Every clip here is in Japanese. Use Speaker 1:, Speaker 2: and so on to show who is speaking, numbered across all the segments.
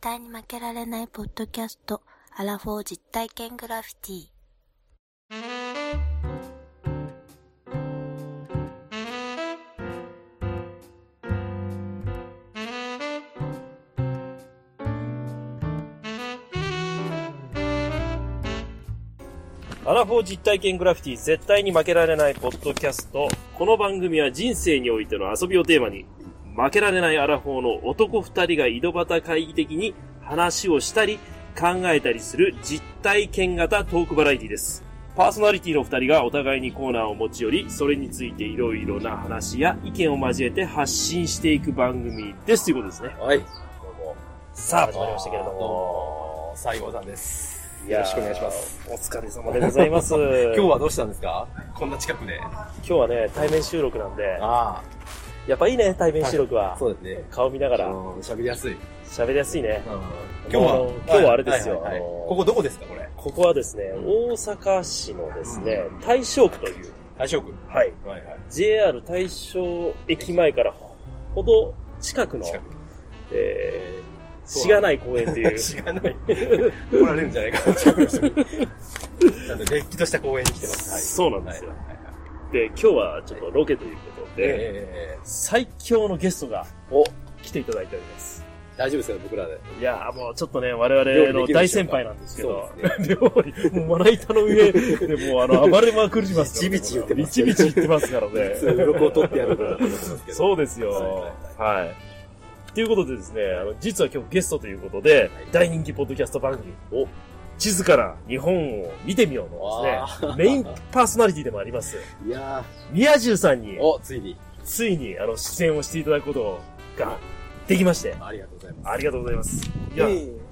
Speaker 1: 対に負けられないポッドキャスト、アラフォー実体験グラフィティ。
Speaker 2: アラフォー実体験グラフィティ絶対に負けられないポッドキャスト。この番組は人生においての遊びをテーマに、負けられないアラフォーの男二人が井戸端会議的に話をしたり、考えたりする実体験型トークバラエティです。パーソナリティの二人がお互いにコーナーを持ち寄り、それについていろいろな話や意見を交えて発信していく番組ですということですね。
Speaker 3: はい。どうも。
Speaker 2: さあ、始まりましたけれど
Speaker 3: どう
Speaker 2: も。
Speaker 3: も、西郷さんです。
Speaker 2: いやー
Speaker 3: よろしくお願いします。
Speaker 2: お疲れ様でございます。 今
Speaker 3: 今日はどうしたんですかこんな近くで。
Speaker 2: 今日はね、対面収録なんで、
Speaker 3: あ
Speaker 2: やっぱいいね、対面収録は。
Speaker 3: そうですね。
Speaker 2: 顔見ながら
Speaker 3: うん喋りやすい。
Speaker 2: 喋りやすいね。
Speaker 3: 今日は
Speaker 2: あの、今日はあれですよ。
Speaker 3: は
Speaker 2: あ
Speaker 3: いはいはい
Speaker 2: の
Speaker 3: ここどこですかこれ。
Speaker 2: ここはですね、大阪市のですね、大正区という、
Speaker 3: 大正区。
Speaker 2: はい、
Speaker 3: はいはい。
Speaker 2: JR 大正駅前からほど近くの、
Speaker 3: 近く。
Speaker 2: えー、しがない公園という、
Speaker 3: 知らない。来られるんじゃないかな、近くの人に。ちゃんとれっきとした公園に来てます。はい。
Speaker 2: そうなんですよ
Speaker 3: はいはいはい
Speaker 2: で、今日はちょっとロケということで、
Speaker 3: えー
Speaker 2: 最強のゲストが
Speaker 3: お、
Speaker 2: 来ていただいております。
Speaker 3: 大丈夫ですか僕らで。
Speaker 2: いやーもうちょっとね、我々の大先輩なんですけど、
Speaker 3: そうですね。
Speaker 2: 料理、もうまな板の上で、もうあの、暴れまくりますからね。
Speaker 3: ビチビチ言ってます
Speaker 2: ビチビチ言ってますから
Speaker 3: 普通、
Speaker 2: ね。
Speaker 3: 鱗を取ってやるからと思って ますけど。
Speaker 2: そうですよ。
Speaker 3: はい
Speaker 2: はい。ということでですね、あの、実は今日ゲストということで、大人気ポッドキャスト番組、を地図から日本を見てみようのですね、メインパーソナリティでもあります、
Speaker 3: いや
Speaker 2: 宮中さんに
Speaker 3: ー、、お、ついに。
Speaker 2: ついに、あの、出演をしていただくことが、できまして、
Speaker 3: ありがとうございます。
Speaker 2: ありがとうございます。いや、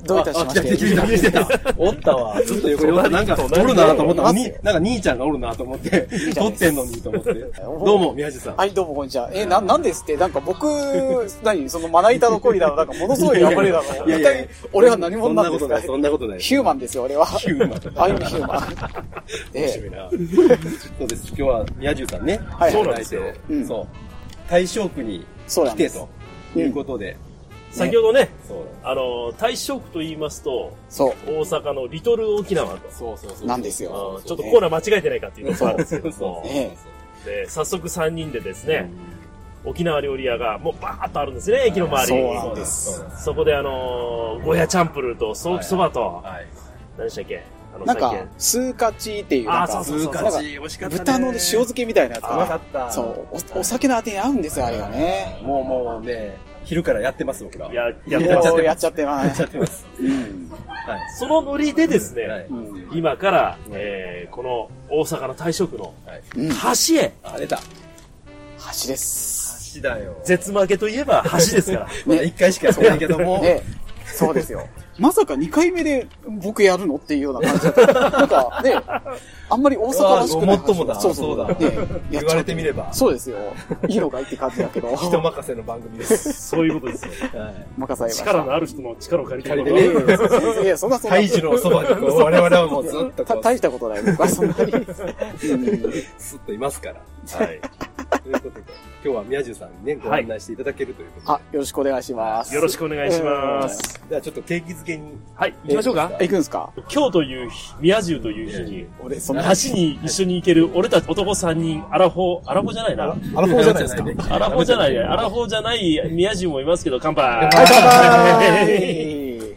Speaker 4: どういたしまして。
Speaker 3: あ来た来た来た来たおったわ。ずっと横におった。なんか、おるなと思った。
Speaker 4: 隣
Speaker 3: になんか兄ちゃんがおるなと思って、撮ってんのにと 思って。どうも、宮地さん。
Speaker 4: はい、どうもこんにちは。え、な、なんですってなんか僕、何そのまな板の恋だの、なんかものすごい頑張りだの。
Speaker 3: いや
Speaker 4: 一
Speaker 3: いや
Speaker 4: 体、俺は何者なんですか
Speaker 3: そんなことない、そ
Speaker 4: ヒューマンですよ、俺は。
Speaker 3: んなことない。
Speaker 4: アイムヒューマン。
Speaker 3: 面白
Speaker 4: え
Speaker 3: いな。そうです。今日は宮地さんね。
Speaker 4: はい
Speaker 2: そうなんですよ
Speaker 3: いただいて
Speaker 4: うん
Speaker 3: そう。大正区に
Speaker 4: そうな
Speaker 3: 来
Speaker 4: んで
Speaker 3: て
Speaker 4: す。
Speaker 3: ということで。
Speaker 2: 先ほどね、
Speaker 3: そう
Speaker 2: あの、大正区と言いますと、
Speaker 4: そ
Speaker 2: 大阪のリトル沖縄と。
Speaker 3: そうそうそう。
Speaker 4: なんですよ
Speaker 2: あーちょっと
Speaker 3: そうそう
Speaker 2: コーナー間違えてないかっていうところがあるんです
Speaker 3: そう
Speaker 2: け
Speaker 3: そう
Speaker 2: ども
Speaker 3: そう。
Speaker 4: え
Speaker 2: で早速3人でです
Speaker 3: う
Speaker 2: ね、
Speaker 3: ん
Speaker 2: 沖縄料理屋がもうバーッとあるんですね、駅の周りに。
Speaker 4: そうなんです
Speaker 3: そうなん
Speaker 2: そこであのーゴヤチャンプルーとソーキそばと、
Speaker 3: はい。
Speaker 2: 何でしたっけあの
Speaker 4: えなん
Speaker 2: さっ
Speaker 4: か
Speaker 2: き、
Speaker 4: スーカチーっていう、なん
Speaker 2: あ
Speaker 4: か、
Speaker 2: そうそう
Speaker 3: 通過地、美味しかったね。
Speaker 4: 豚の塩漬けみたいなやつ
Speaker 3: 甘か
Speaker 4: が
Speaker 3: っ、た。
Speaker 4: そう、おお酒のあてに合うんですよ、あれはね。
Speaker 3: もうもうね、昼からやってます、僕ら。
Speaker 2: いや、やってました
Speaker 4: もう
Speaker 2: ね。
Speaker 4: やっちゃってま
Speaker 3: や
Speaker 4: す
Speaker 3: っ。てます。
Speaker 4: うん。
Speaker 3: はい。
Speaker 2: そのノリでですね、
Speaker 3: はい。
Speaker 4: うん。
Speaker 2: 今から、えーこの大阪の大正区の
Speaker 3: はい。
Speaker 4: うん。
Speaker 2: 橋へ、
Speaker 3: あ、出た。
Speaker 4: 橋です。
Speaker 3: 橋だよ。
Speaker 2: 絶負けといえば橋です から。
Speaker 3: まだ一回しかやってないけども、
Speaker 4: ね、そうですよ。 まさか2回目で僕やるのっていうような感じだった。なんかね、あんまり大阪らしく
Speaker 3: うわ
Speaker 4: な
Speaker 3: ごも
Speaker 4: い。
Speaker 3: っともだ
Speaker 4: そうそう
Speaker 3: そうだ
Speaker 4: ね、
Speaker 3: 言
Speaker 4: やっ
Speaker 3: わ
Speaker 4: ちゃ
Speaker 3: れ
Speaker 4: って
Speaker 3: みれば、
Speaker 4: そうですよ。いいのかいって感じだ けど。
Speaker 3: 人任せの番組です。
Speaker 2: そういうことですよ。
Speaker 3: はい。
Speaker 4: 任されました。
Speaker 2: 力のある人の力を借りて
Speaker 3: 借り
Speaker 4: い
Speaker 3: て
Speaker 4: や
Speaker 3: ね
Speaker 4: いやいやいや、そんなそんな。
Speaker 3: 大樹のそばにこう、我々はもうずっと
Speaker 4: た
Speaker 3: こ
Speaker 4: 大したことない。僕はそんなに。うん
Speaker 3: う、すっといますから。
Speaker 2: はい。
Speaker 3: ということで、今日は宮中さんにね、ご案内していただけるということで。
Speaker 4: あ、よろしくお願いします。
Speaker 2: よろしくお願いします。
Speaker 3: じゃあちょっと景気づけに。
Speaker 2: はい、行きましょうか。
Speaker 4: 行くんですか
Speaker 2: 今日という日、宮中という日に、
Speaker 4: 俺、そんな。
Speaker 2: 橋に一緒に行ける俺たち男3人、アラフォー、アラフォーじゃないな。
Speaker 3: アラフォーじゃないですか。
Speaker 2: アラフォーじゃないね、アラフォーじゃない宮中もいますけど、乾杯
Speaker 4: バイバイ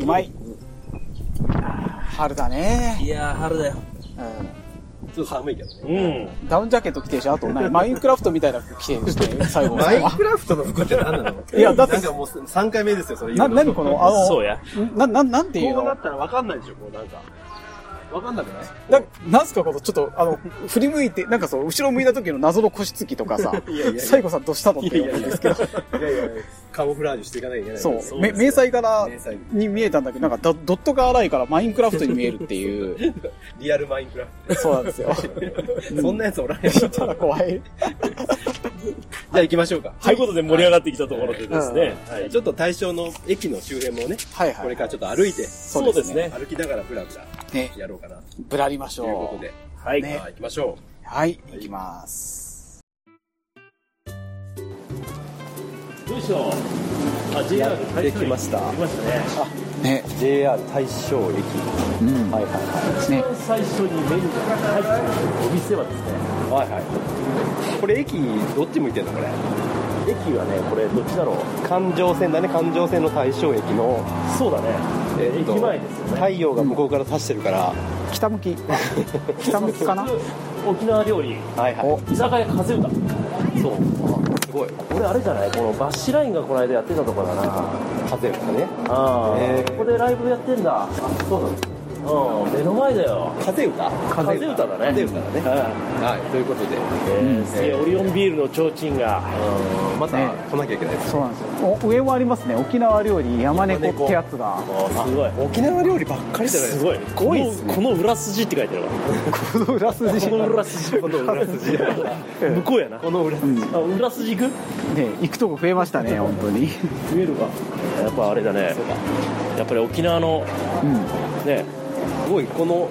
Speaker 4: うまい。春だね。
Speaker 2: いやー、春だよ。
Speaker 4: うん
Speaker 3: ちょっと寒いけどね。
Speaker 2: うん。
Speaker 4: ダウンジャケット着てるし、あと 何マインクラフトみたいな服着てるしね、最後
Speaker 3: マインクラフトの服って何なの
Speaker 4: いやだって
Speaker 3: なんかもう3回目ですよ、それ
Speaker 4: な、なにこの、あの、
Speaker 2: そうや。
Speaker 4: な、な、なんていう
Speaker 3: こうな
Speaker 4: の
Speaker 3: ったら分かんないでしょ、こうなんか。分かんなくない
Speaker 4: な、なんすかこの、ちょっと、あの、振り向いて、なんかそう、後ろ向いた時の謎の腰つきとかさ
Speaker 3: いやいやい、や
Speaker 4: 最後さんどうしたのって思うんですけど、
Speaker 3: いやいやいや、カモフラージュしていかなきゃいけない。
Speaker 4: そう
Speaker 2: そ、う
Speaker 4: め迷彩柄
Speaker 3: 迷彩
Speaker 4: に見えたんだけど、なんかドドットが荒いからマインクラフトに見えるっ ていう、
Speaker 3: リアルマインクラフ
Speaker 4: そうなんですよ。
Speaker 3: ト。そんなやつおらへん。じ
Speaker 4: 見たら怖い。
Speaker 3: ゃあ行きましょうか。
Speaker 2: ということで盛り上がってきたところでですね。はい
Speaker 3: ちょっと対象の駅の周辺もね、
Speaker 4: はいはい。
Speaker 3: これからちょっと歩いて、
Speaker 2: そうですね。
Speaker 3: 歩きながらフラフラ
Speaker 4: ね、
Speaker 3: やろうかな、と
Speaker 4: ぶらりまし
Speaker 3: いうこ
Speaker 4: ょ
Speaker 3: と
Speaker 4: う。
Speaker 3: で。
Speaker 2: はい。
Speaker 4: ね
Speaker 3: まあ行きましょう。
Speaker 4: はい、いきます。
Speaker 2: よいしょ。あ、JR 大
Speaker 3: できました
Speaker 2: 来ましたね。
Speaker 4: ね、
Speaker 3: JR 大正駅、
Speaker 4: うん、
Speaker 3: はいは
Speaker 4: ね、
Speaker 2: 最初にメニューが入ってるお店はですね、
Speaker 3: いはいはいはいこれ駅どっち向いてんのこれ
Speaker 2: 駅はね、これどっちだろう。
Speaker 3: 環状線だね環状線の大正駅の、
Speaker 2: そうだね。
Speaker 3: えっと
Speaker 2: 駅前ですよね。
Speaker 3: 太陽が向こうから差してるから、
Speaker 4: 北向 き。北向きかな
Speaker 2: 沖縄料理、
Speaker 3: はい
Speaker 4: お
Speaker 2: 居酒屋風歌。そう。
Speaker 3: いすごい
Speaker 2: 俺あれじゃないこのバッシュラインがこの間やってたとこだな。
Speaker 3: 風がね
Speaker 2: ああ、
Speaker 3: へー
Speaker 2: ここでライブやってんだ。あ、そうなんうん、目の前だよ。
Speaker 3: 風歌
Speaker 2: 風歌だね
Speaker 3: 風歌だねはいということで
Speaker 2: えー、すげえ、オリオンビールの提灯が。
Speaker 3: また
Speaker 4: ね
Speaker 3: 来なきゃいけないです
Speaker 4: そうなんですよ。お上もありますね。沖縄料理山猫ってやつが。
Speaker 2: あーすごい。
Speaker 3: 沖縄料理ばっかりじゃないですすか
Speaker 2: ごい。
Speaker 4: すごいっすね
Speaker 2: このこの裏筋って書いてあるわ。
Speaker 4: この裏筋。
Speaker 2: この裏 筋。この裏筋。向こうやな。
Speaker 3: この裏
Speaker 4: うん、ね、
Speaker 2: あ、裏筋行く
Speaker 4: 行くとこ増えましたね、本当に。
Speaker 2: 増えるか。やっぱあれだね。やっぱり沖縄の、
Speaker 4: うん。
Speaker 2: ね、
Speaker 3: すごいこの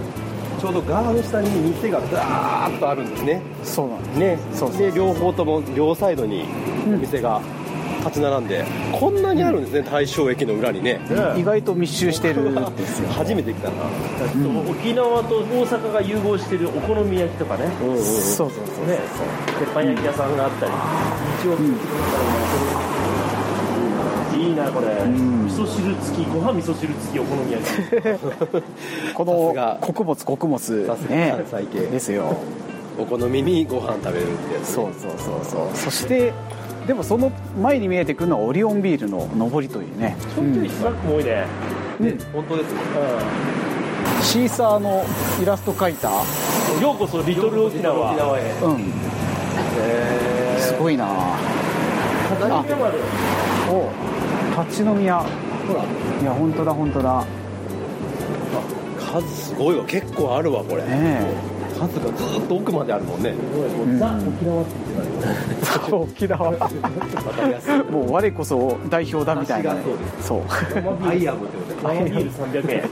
Speaker 3: ちょうど側の下に店がダーッとあるんですね
Speaker 4: そうなんです。
Speaker 3: ね
Speaker 4: そうそう
Speaker 3: で両方とも両サイドにお店が立ち並んで、こんなにあるんですね大正駅の裏にね
Speaker 4: 意外と密集してるんですよ。
Speaker 3: 初めて来たな、
Speaker 4: うん
Speaker 2: 沖縄と大阪が融合してるお好み焼きとかね。
Speaker 3: うんうん
Speaker 4: そうそうそう。
Speaker 2: ね、鉄板焼き屋さんがあったり、一応、いいな、これ、
Speaker 4: ん
Speaker 2: 味噌汁付き、ご飯味噌汁付きお好み焼き、
Speaker 4: こ
Speaker 3: さ
Speaker 4: の
Speaker 3: すが
Speaker 4: 穀物穀
Speaker 3: さ
Speaker 4: 物
Speaker 3: すが
Speaker 4: ね
Speaker 3: 関西系
Speaker 4: ですよ。
Speaker 3: お好みにご飯食べるってやつ
Speaker 4: そうそうそうそう。そしてでもその前に見えてくるのはオリオンビールの上りというね。
Speaker 2: ちょいちょいスナックも多いね、
Speaker 4: うん
Speaker 3: 本当ですね
Speaker 4: シーサーのイラスト描いた。
Speaker 2: うん、ようこそ、リトル沖縄、
Speaker 3: 縄へ
Speaker 4: うん。すごいな。
Speaker 2: 何でもある、
Speaker 4: お立ち飲み屋。ほら。いや本当だ本当だ。
Speaker 3: 数すごいわ結構あるわこれ
Speaker 4: ね
Speaker 3: 数がずっと奥まであるもんね
Speaker 2: もう
Speaker 4: うん
Speaker 2: ザ・沖縄って言ってたよ、
Speaker 4: え。そう沖縄。
Speaker 3: わかりやすい
Speaker 4: もう我こそ代表だみたいなね
Speaker 3: 私がそうで。
Speaker 4: そ う。
Speaker 3: アイアムってことで
Speaker 2: 生ビール300円、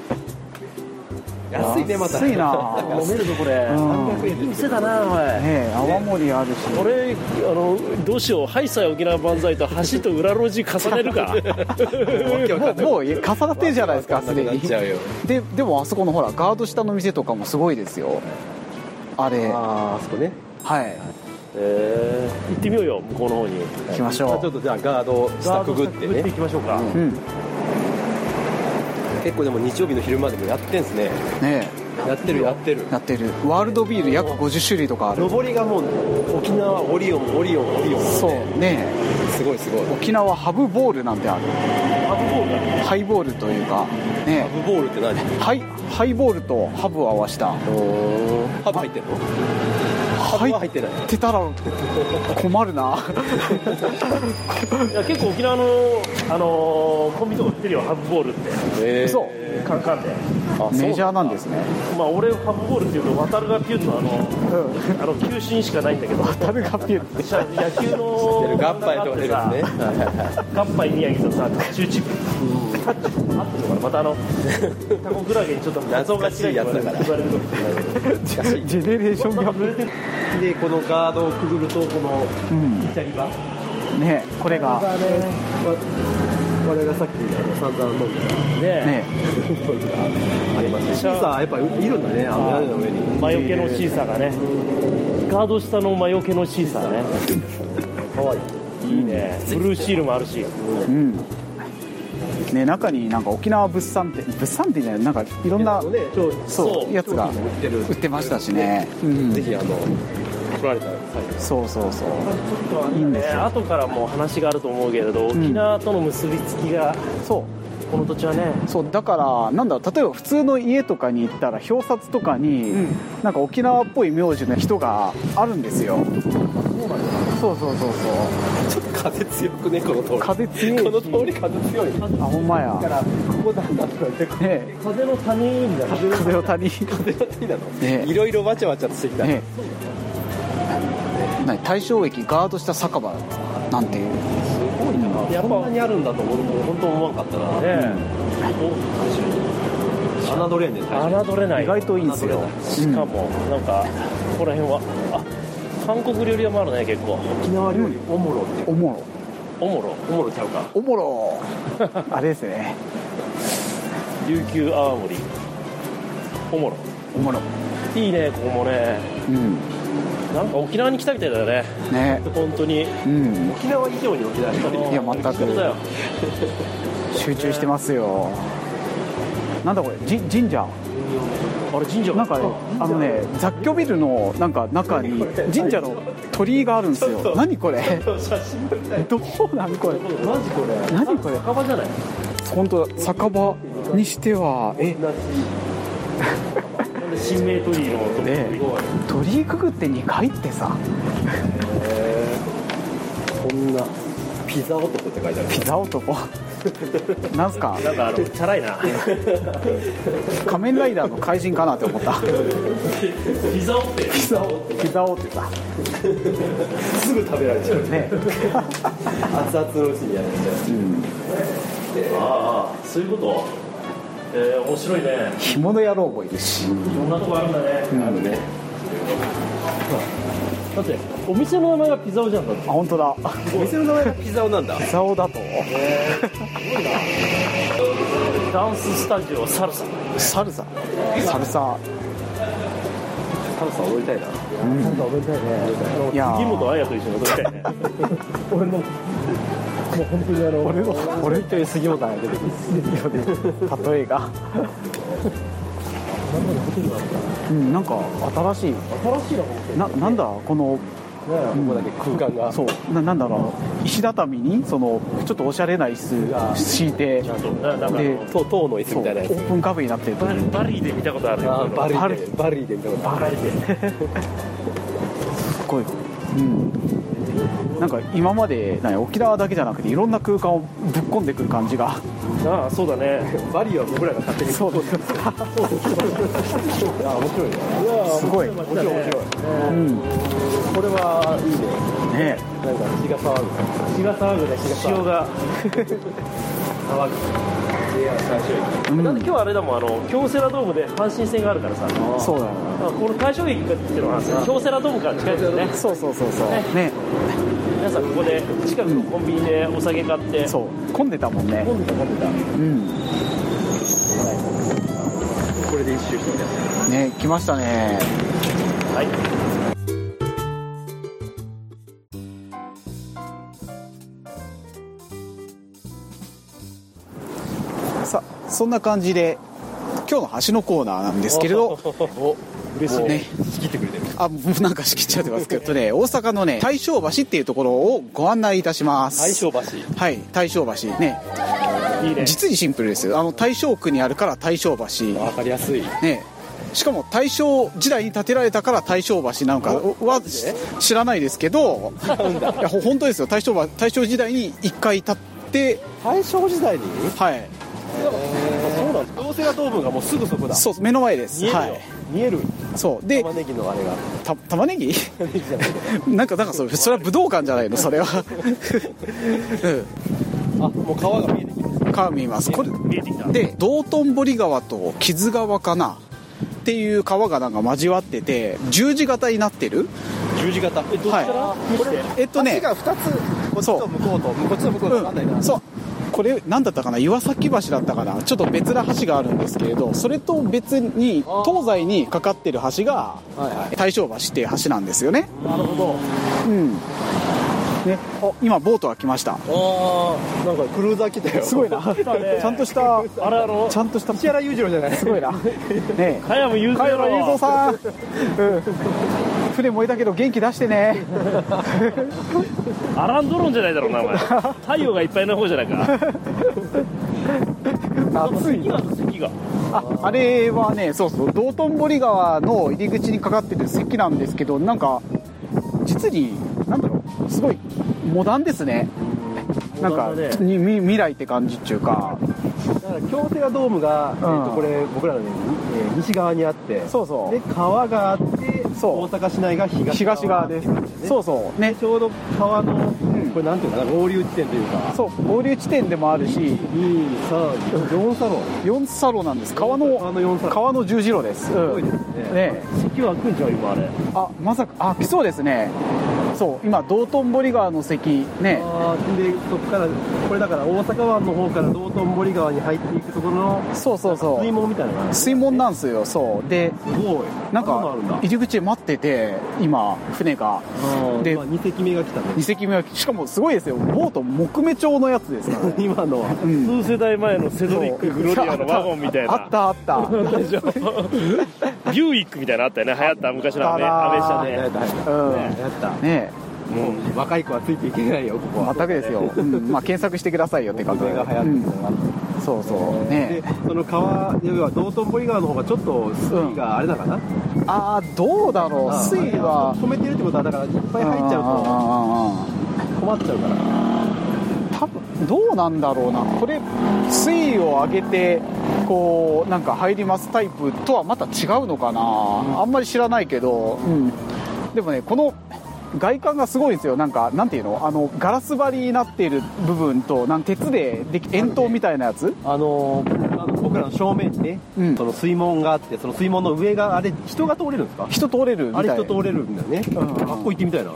Speaker 3: 安いねまた
Speaker 4: 安いな。
Speaker 2: 飲めるぞ、これ、
Speaker 4: うん
Speaker 2: いい店だな、おい。
Speaker 4: ねえ泡盛あるし。
Speaker 2: 俺あのどうしよう、ハイサイ沖縄万歳と橋と裏路地重ねる か、
Speaker 4: もうもう重なってるじゃないですかすで
Speaker 3: なくな
Speaker 4: に
Speaker 3: っちゃうよ
Speaker 4: ででもあそこのほらガード下の店とかもすごいですよあれ
Speaker 3: あー
Speaker 4: は
Speaker 3: あそこね
Speaker 4: い
Speaker 2: えー、行ってみようよ、向こうの方に。
Speaker 4: 行きまし
Speaker 3: まあちょ
Speaker 4: ょ
Speaker 3: っとじゃあガード下くぐって
Speaker 2: ガード下くぐってい
Speaker 3: ね
Speaker 2: きましょうか、
Speaker 4: ううんね
Speaker 3: 結構でも日曜日の昼間でもやってんすね
Speaker 4: え
Speaker 3: やってるやってる
Speaker 4: やってるワールドビール約50種類とかある
Speaker 3: 上りがもう沖縄オリオンオリオンオリオン
Speaker 4: そうね
Speaker 3: すごいすごい
Speaker 4: え沖縄ハブボールなんてある
Speaker 2: ハブボールだ
Speaker 4: ハイボールというかね
Speaker 3: ハブボールって何
Speaker 4: えハイハイボールとハブを合わした
Speaker 3: ハブ入ってるの
Speaker 4: ハ
Speaker 3: ブは入ってない
Speaker 4: てたら困るな
Speaker 2: いや結構沖縄の、あのーコンビニとか売ってるよハブボールって
Speaker 3: え
Speaker 4: 嘘
Speaker 2: カンカンで
Speaker 3: あ
Speaker 4: メジャー
Speaker 3: ー
Speaker 4: なんですね
Speaker 2: まあ俺ハブボールっていうと渡るがピュンのあの
Speaker 4: うん
Speaker 2: あの球審しかないんだけど
Speaker 4: タルガピュって
Speaker 2: 野球の
Speaker 3: ガッパイと か出るやつねはいはいはい
Speaker 2: ガッパイ宮城とさカチューチップカチューチップ合ってるのかなま たあのタコクラゲにちょっと謎が違いと
Speaker 3: 懐かしいやつだから
Speaker 2: 言われる時
Speaker 3: しかし
Speaker 4: ジェネレーションギャ
Speaker 2: な
Speaker 4: ッ
Speaker 2: んか濡れてる
Speaker 3: でこのガードをくぐるとこの
Speaker 4: プうん
Speaker 2: 左が
Speaker 4: ねえこれが
Speaker 3: あれ我々がさっきあの散々飲んでた
Speaker 2: ね
Speaker 4: ね
Speaker 3: こういうのがありましたシーサーやっぱいるんだねあの屋根の上に
Speaker 2: 魔除けのシーサーがねガード下の魔除けのシーサーねかわいいいいねブルーシールもあるし
Speaker 4: えうんねえ中になんか沖縄物産展物産展じゃないなんかいろんな
Speaker 3: ねちょ
Speaker 4: そう
Speaker 2: そう
Speaker 4: やつが
Speaker 3: 商品も売ってる
Speaker 4: 売ってましたしねうん
Speaker 3: ぜひあの来られたら最後
Speaker 4: そうそうそう
Speaker 2: いいんですよ後からもう話があると思うけれど沖縄との結びつきが、
Speaker 4: そ
Speaker 2: この土地はね
Speaker 4: うそうだからなんだろう例えば普通の家とかに行ったら表札とかに、なんか沖縄っぽい名字の人があるんですよそうそうそうそう
Speaker 3: ちょっと風強くねこの通り
Speaker 4: 風強いし
Speaker 3: この通り風強いね
Speaker 4: あほんま
Speaker 3: だか
Speaker 4: や
Speaker 3: らここだんだんとか結構
Speaker 4: ね
Speaker 2: 風の谷みたいな
Speaker 4: え風を谷
Speaker 3: 風が強いだろ
Speaker 4: ね
Speaker 3: いろいろわちゃわちゃとしてきた
Speaker 4: ねえ何大正駅ガードした酒場なんていう
Speaker 3: すごいなやっぱこんなにあるんだと俺も本当思わんかったな
Speaker 2: ね
Speaker 3: 侮れんね大正
Speaker 2: 侮れない
Speaker 4: 意外といいんですよ
Speaker 2: しかもなんかここら辺はあ韓国料理屋もあるね結構
Speaker 3: 沖縄料理おもろって
Speaker 4: おもろ
Speaker 3: おもろおもろちゃうか
Speaker 4: おもろあれですね
Speaker 2: 琉球泡盛おもろ
Speaker 4: おもろ
Speaker 2: いいねここもね
Speaker 4: うん
Speaker 2: なんか沖縄に来たみたいだね
Speaker 4: ね
Speaker 2: 本当に
Speaker 4: うん
Speaker 3: 沖縄以上に沖縄に
Speaker 4: いや全く
Speaker 2: そうだよ
Speaker 4: 集中してますよなんだこれじ神社
Speaker 2: あれ神社
Speaker 4: なんかねあのね雑居ビルのなんか中に神社の鳥居があるんですよ何これどうなんこれ
Speaker 3: マジこれ
Speaker 4: 何これ
Speaker 3: 酒場じゃない
Speaker 4: 本当だ酒場にしてはえ
Speaker 2: 新名鳥居のとこ
Speaker 4: ね鳥居くぐって2階ってさ
Speaker 3: こんなピザ男って書いてある
Speaker 4: ピザ男なんすか
Speaker 2: なんかあのチャラいな
Speaker 4: 仮面ライダーの怪人かなって思った
Speaker 2: ピザオペ
Speaker 4: ピザをピザをってさ
Speaker 3: すぐ食べられちゃう
Speaker 4: ね
Speaker 3: 熱々のうちにやられちゃ
Speaker 2: ああそういうことえー、面白いね
Speaker 4: 干物野郎もいるし
Speaker 2: いろんなとこあるんだね、
Speaker 3: うあるね
Speaker 2: だってお店の名前がピザオじゃんだって
Speaker 4: あ本当だ
Speaker 3: お店の名前がピザ男なんだ
Speaker 4: ピザをだと
Speaker 2: ダンススタジオサルサ
Speaker 4: サルササルサ
Speaker 3: サルサ踊りたいな
Speaker 4: いや
Speaker 2: 木
Speaker 4: ー
Speaker 2: 本彩と一緒に踊りたいね
Speaker 4: 俺の俺という杉本が出てくる例えがうんなんか新しいななんだこの
Speaker 3: ここだけ空間が
Speaker 4: そうななんだろう石畳にそのちょっとおしゃれな椅子敷いて
Speaker 2: そうななんかあの
Speaker 4: で
Speaker 3: そう塔の椅子
Speaker 4: そうオ
Speaker 3: みたいなやつ
Speaker 4: ープンカフェになってると
Speaker 2: バ
Speaker 4: い
Speaker 2: リ
Speaker 4: う
Speaker 2: バリで見たことある
Speaker 3: あーバリ
Speaker 4: バ
Speaker 3: ー
Speaker 4: リ
Speaker 3: でバリーでみたいな
Speaker 2: バリです
Speaker 4: ごいうんなんか今までなんや沖縄だけじゃなくていろんな空間をぶっ込んでくる感じが
Speaker 2: ああそうだね
Speaker 3: バリーは僕らが勝手に
Speaker 4: そうです
Speaker 3: あー面白いね
Speaker 4: すごい、う
Speaker 3: 面白い面白い
Speaker 4: ん、
Speaker 3: これはいいね
Speaker 4: ね
Speaker 3: なんか血が騒ぐ
Speaker 2: 血が騒ぐね潮 が騒ぐ
Speaker 4: え、う
Speaker 2: だって
Speaker 4: ん、
Speaker 2: 今日あれだもんあの京セラドームで阪神戦があるからさ
Speaker 4: そうだよ
Speaker 2: あこの大正駅っていうのはさ京セラドームから近いですよね
Speaker 4: そうそうそうそうね
Speaker 2: 皆さんここで近くのコンビニでお酒買って
Speaker 4: そう混んでたもんね
Speaker 2: んでた混んでた
Speaker 4: うん
Speaker 3: これで一周してみたいな
Speaker 4: ね来ましたね
Speaker 2: はい
Speaker 4: さそんな感じで今日の橋のコーナーなんですけれど
Speaker 3: お
Speaker 2: 嬉しい
Speaker 4: ね
Speaker 3: 仕切ってくれてる
Speaker 4: あもうなんか仕切っちゃってますけどね大阪のね大正橋っていうところをご案内いたします
Speaker 3: 大正橋
Speaker 4: はい大正橋ね
Speaker 2: いいね
Speaker 4: 実にシンプルですよあの大正区にあるから大正橋
Speaker 3: わかりやすい
Speaker 4: ねしかも大正時代に建てられたから大正橋なのかは知らないですけどいやほ本当ですよ大正橋大正時代に1回建って
Speaker 3: 大正時代に
Speaker 4: はい
Speaker 3: そうなんだ京セラドームがもうすぐそこだ
Speaker 4: そう目の前です
Speaker 3: 見えるよ、
Speaker 4: はい
Speaker 3: 見える
Speaker 4: そうで
Speaker 3: 玉ねぎのあれが
Speaker 4: た玉ねぎ
Speaker 3: 玉ねぎじゃない
Speaker 4: なんかなんかそれそれは武道館じゃないのそれは、
Speaker 3: あもう川が見えてきまし
Speaker 4: うん、川見えますこれ
Speaker 2: 見えてきた
Speaker 4: で道頓堀川と木津川かなっていう川がなんか交わってて十字型になってる
Speaker 3: た十字型えどっち
Speaker 4: はいえっとね
Speaker 3: 橋が2つこっちと向こうとこっちと向こうと分かんないな、
Speaker 4: うん、そうこれ何だったかな岩崎橋だったかなちょっと別な橋があるんですけれどそれと別に東西にかかってる橋が
Speaker 3: はいはい
Speaker 4: 大正橋っていう橋なんですよね
Speaker 3: なるほ
Speaker 4: うんね、あ今ボートが来ました
Speaker 3: どああなんかクルーザー来たよ
Speaker 4: すごいなちゃんと した
Speaker 2: あれあの
Speaker 4: ちゃんと した
Speaker 3: 石原裕次郎じゃない
Speaker 4: すごいなねえ
Speaker 2: 加山雄三
Speaker 4: 加
Speaker 2: やろ
Speaker 4: 山雄三さん、うん、船燃えたけど元気出してね
Speaker 2: アランドロンじゃないだろうなお 前太陽がいっぱいの方じゃないか
Speaker 4: 暑い
Speaker 2: 次が次が
Speaker 4: ああれはねそうそう道頓堀川の入り口にかかってる席なんですけどなんか実になんだろうすごいモダンですねなんか、
Speaker 2: モダンだ
Speaker 4: にみ未来って感じっていうか
Speaker 3: だから京セラドームが、えっとこれ僕らのね、えー西側にあって
Speaker 4: そうそう
Speaker 3: で川があって
Speaker 4: そう
Speaker 3: 大阪市内が東側
Speaker 4: 東側ですそうそうね
Speaker 3: ちょうど川の、これなんていうのかな合流地点というか
Speaker 4: そう合流地点でもあるし
Speaker 3: 2344サロン
Speaker 4: 四サロなんです川の
Speaker 3: 川の4サロン
Speaker 4: 川の十字路です、
Speaker 3: すごいですね
Speaker 4: ね
Speaker 2: 席は開くんじゃん今あれ
Speaker 4: あまさかあ来そうですねそう今道頓堀川の関ね
Speaker 3: あーでそこからこれだから大阪湾の方から道頓堀川に入っていくところの
Speaker 4: そうそうそ
Speaker 3: 水
Speaker 4: う
Speaker 3: 門みたいなのが
Speaker 4: 水門なんですよそうです
Speaker 3: ごい
Speaker 4: なん
Speaker 3: あ
Speaker 4: か
Speaker 3: るんだ
Speaker 4: 入り口で待ってて今船がで
Speaker 3: で、まあ、2隻目が来たね
Speaker 4: 2隻目はしかもすごいですよボート木目調のやつですから ね
Speaker 3: 今のは
Speaker 4: うん
Speaker 2: 数世代前のセドリック・グロリアのワゴンみたいな
Speaker 4: あったあったあった
Speaker 2: でしょビューイックみたいなのあったよね流行った昔のアメ
Speaker 4: あった
Speaker 2: ア
Speaker 4: な
Speaker 2: メ車
Speaker 3: や
Speaker 2: ね
Speaker 3: ったや
Speaker 4: うん
Speaker 3: った
Speaker 4: ね
Speaker 3: もう若い子はついていけないよここは
Speaker 4: 全くですよ、うんまあ、検索してくださいよって感じ
Speaker 3: 僕が流行ってるのがあって
Speaker 4: うんそうそうね
Speaker 3: でその川要は道頓堀川の方がちょっと水位があれだかな、
Speaker 4: ああどうだろう
Speaker 3: あ
Speaker 4: 水位は
Speaker 3: 止めてるってことはだからいっぱい入っちゃう
Speaker 4: あ
Speaker 3: と困っちゃうから
Speaker 4: ー多分どうなんだろうなこれ水位を上げてこうなんか入りますタイプとはまた違うのかな、あんまり知らないけど、うん、でもねこの外観がすごいんですよなんかなんていうのあのガラス張りになっている部分となん鉄ででき円筒みたいなやつ
Speaker 3: あのーあの僕らの正面にね、
Speaker 4: うん
Speaker 3: その水門があってその水門の上があれ人が通れるんですか
Speaker 4: 人通れるみた
Speaker 3: あ
Speaker 4: い
Speaker 3: れ
Speaker 4: な
Speaker 3: 人通れるんだよね、
Speaker 4: んうん
Speaker 3: あここ行ってみたいな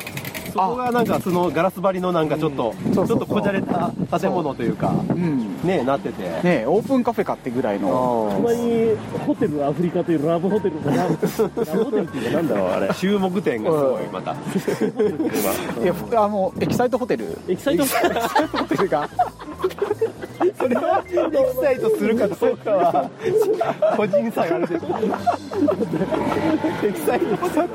Speaker 3: そこがなんかそのガラス張りのなんかちょっと、
Speaker 4: ん
Speaker 3: ちょ
Speaker 4: そ
Speaker 3: っ
Speaker 4: うそうそう
Speaker 3: とこじゃれた建物というか
Speaker 4: うん
Speaker 3: ねなってて、
Speaker 4: ねオープンカフェかってぐらいの
Speaker 3: うん
Speaker 2: にホテルアフリカというラブホテルラブホテルっていうかなんだろうあれ
Speaker 3: 注目点がすごいまた
Speaker 4: いやふあのエキサイトホテル
Speaker 2: エキサイト
Speaker 4: ホテルが
Speaker 3: それはエキサイトするかどうかは個人差があるでしょエキサイトさ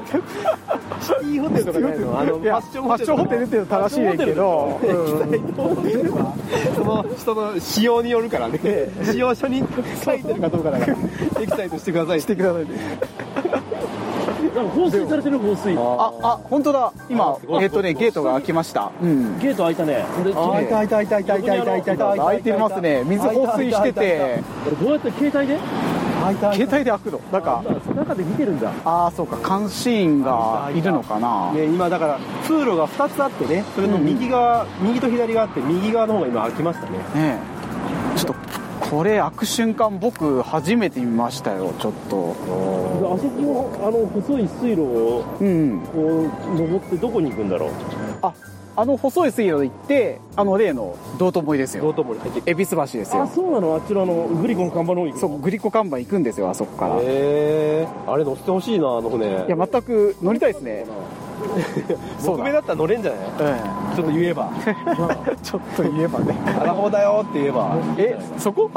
Speaker 3: シティホテルとかじゃないのあの
Speaker 4: い
Speaker 3: ファ
Speaker 4: や
Speaker 3: ッションホテルとか
Speaker 4: ファッションホテルっていうのは正しいねんけど
Speaker 3: その人の使用によるからね使用書に書いてるかどうかだからエキサイトしてくださいしてください
Speaker 2: 放水されてる放水
Speaker 4: ああ本当だ今
Speaker 3: あすごい
Speaker 4: えっ、とねゲートが開きました、うん、
Speaker 2: ゲート開いたね俺
Speaker 4: ー
Speaker 2: ど
Speaker 4: 開いた
Speaker 3: いたいたいたいたいたいたいた
Speaker 4: 開いてますね水放水してて
Speaker 2: うやって携帯で
Speaker 4: 携帯で開くのなんか
Speaker 2: 中で見てるんだ
Speaker 4: ああそうか監視員がいるのかな
Speaker 3: ね、今だから通路が2つあってねそれの右側、右と左があって右側の方が今開きましたね
Speaker 4: ねえちょっとこれ開く瞬間僕初めて見ましたよちょっと
Speaker 2: あそこのあの細い水路を
Speaker 4: うん
Speaker 2: こう登ってどこに行くんだろう
Speaker 4: ああの細い水路で行ってあの例の道頓堀です
Speaker 3: 道
Speaker 4: よ
Speaker 3: 頓堀入ってきて
Speaker 4: 恵比寿橋です
Speaker 2: あ
Speaker 4: よ
Speaker 2: そうなのあっちのあのグリコの看板の方行く
Speaker 4: そ
Speaker 2: の
Speaker 4: うグリコ看板行くんですよあそこから、
Speaker 3: へえあれ乗せてほしいなあの船
Speaker 4: いや全く乗りたいで すねそう
Speaker 3: 僕
Speaker 4: だ
Speaker 3: 目だったら乗れんじゃない
Speaker 4: え
Speaker 3: ちょっと言えば
Speaker 4: え ちょっと言えばね
Speaker 3: アラフォーだよって言えば
Speaker 4: えそこ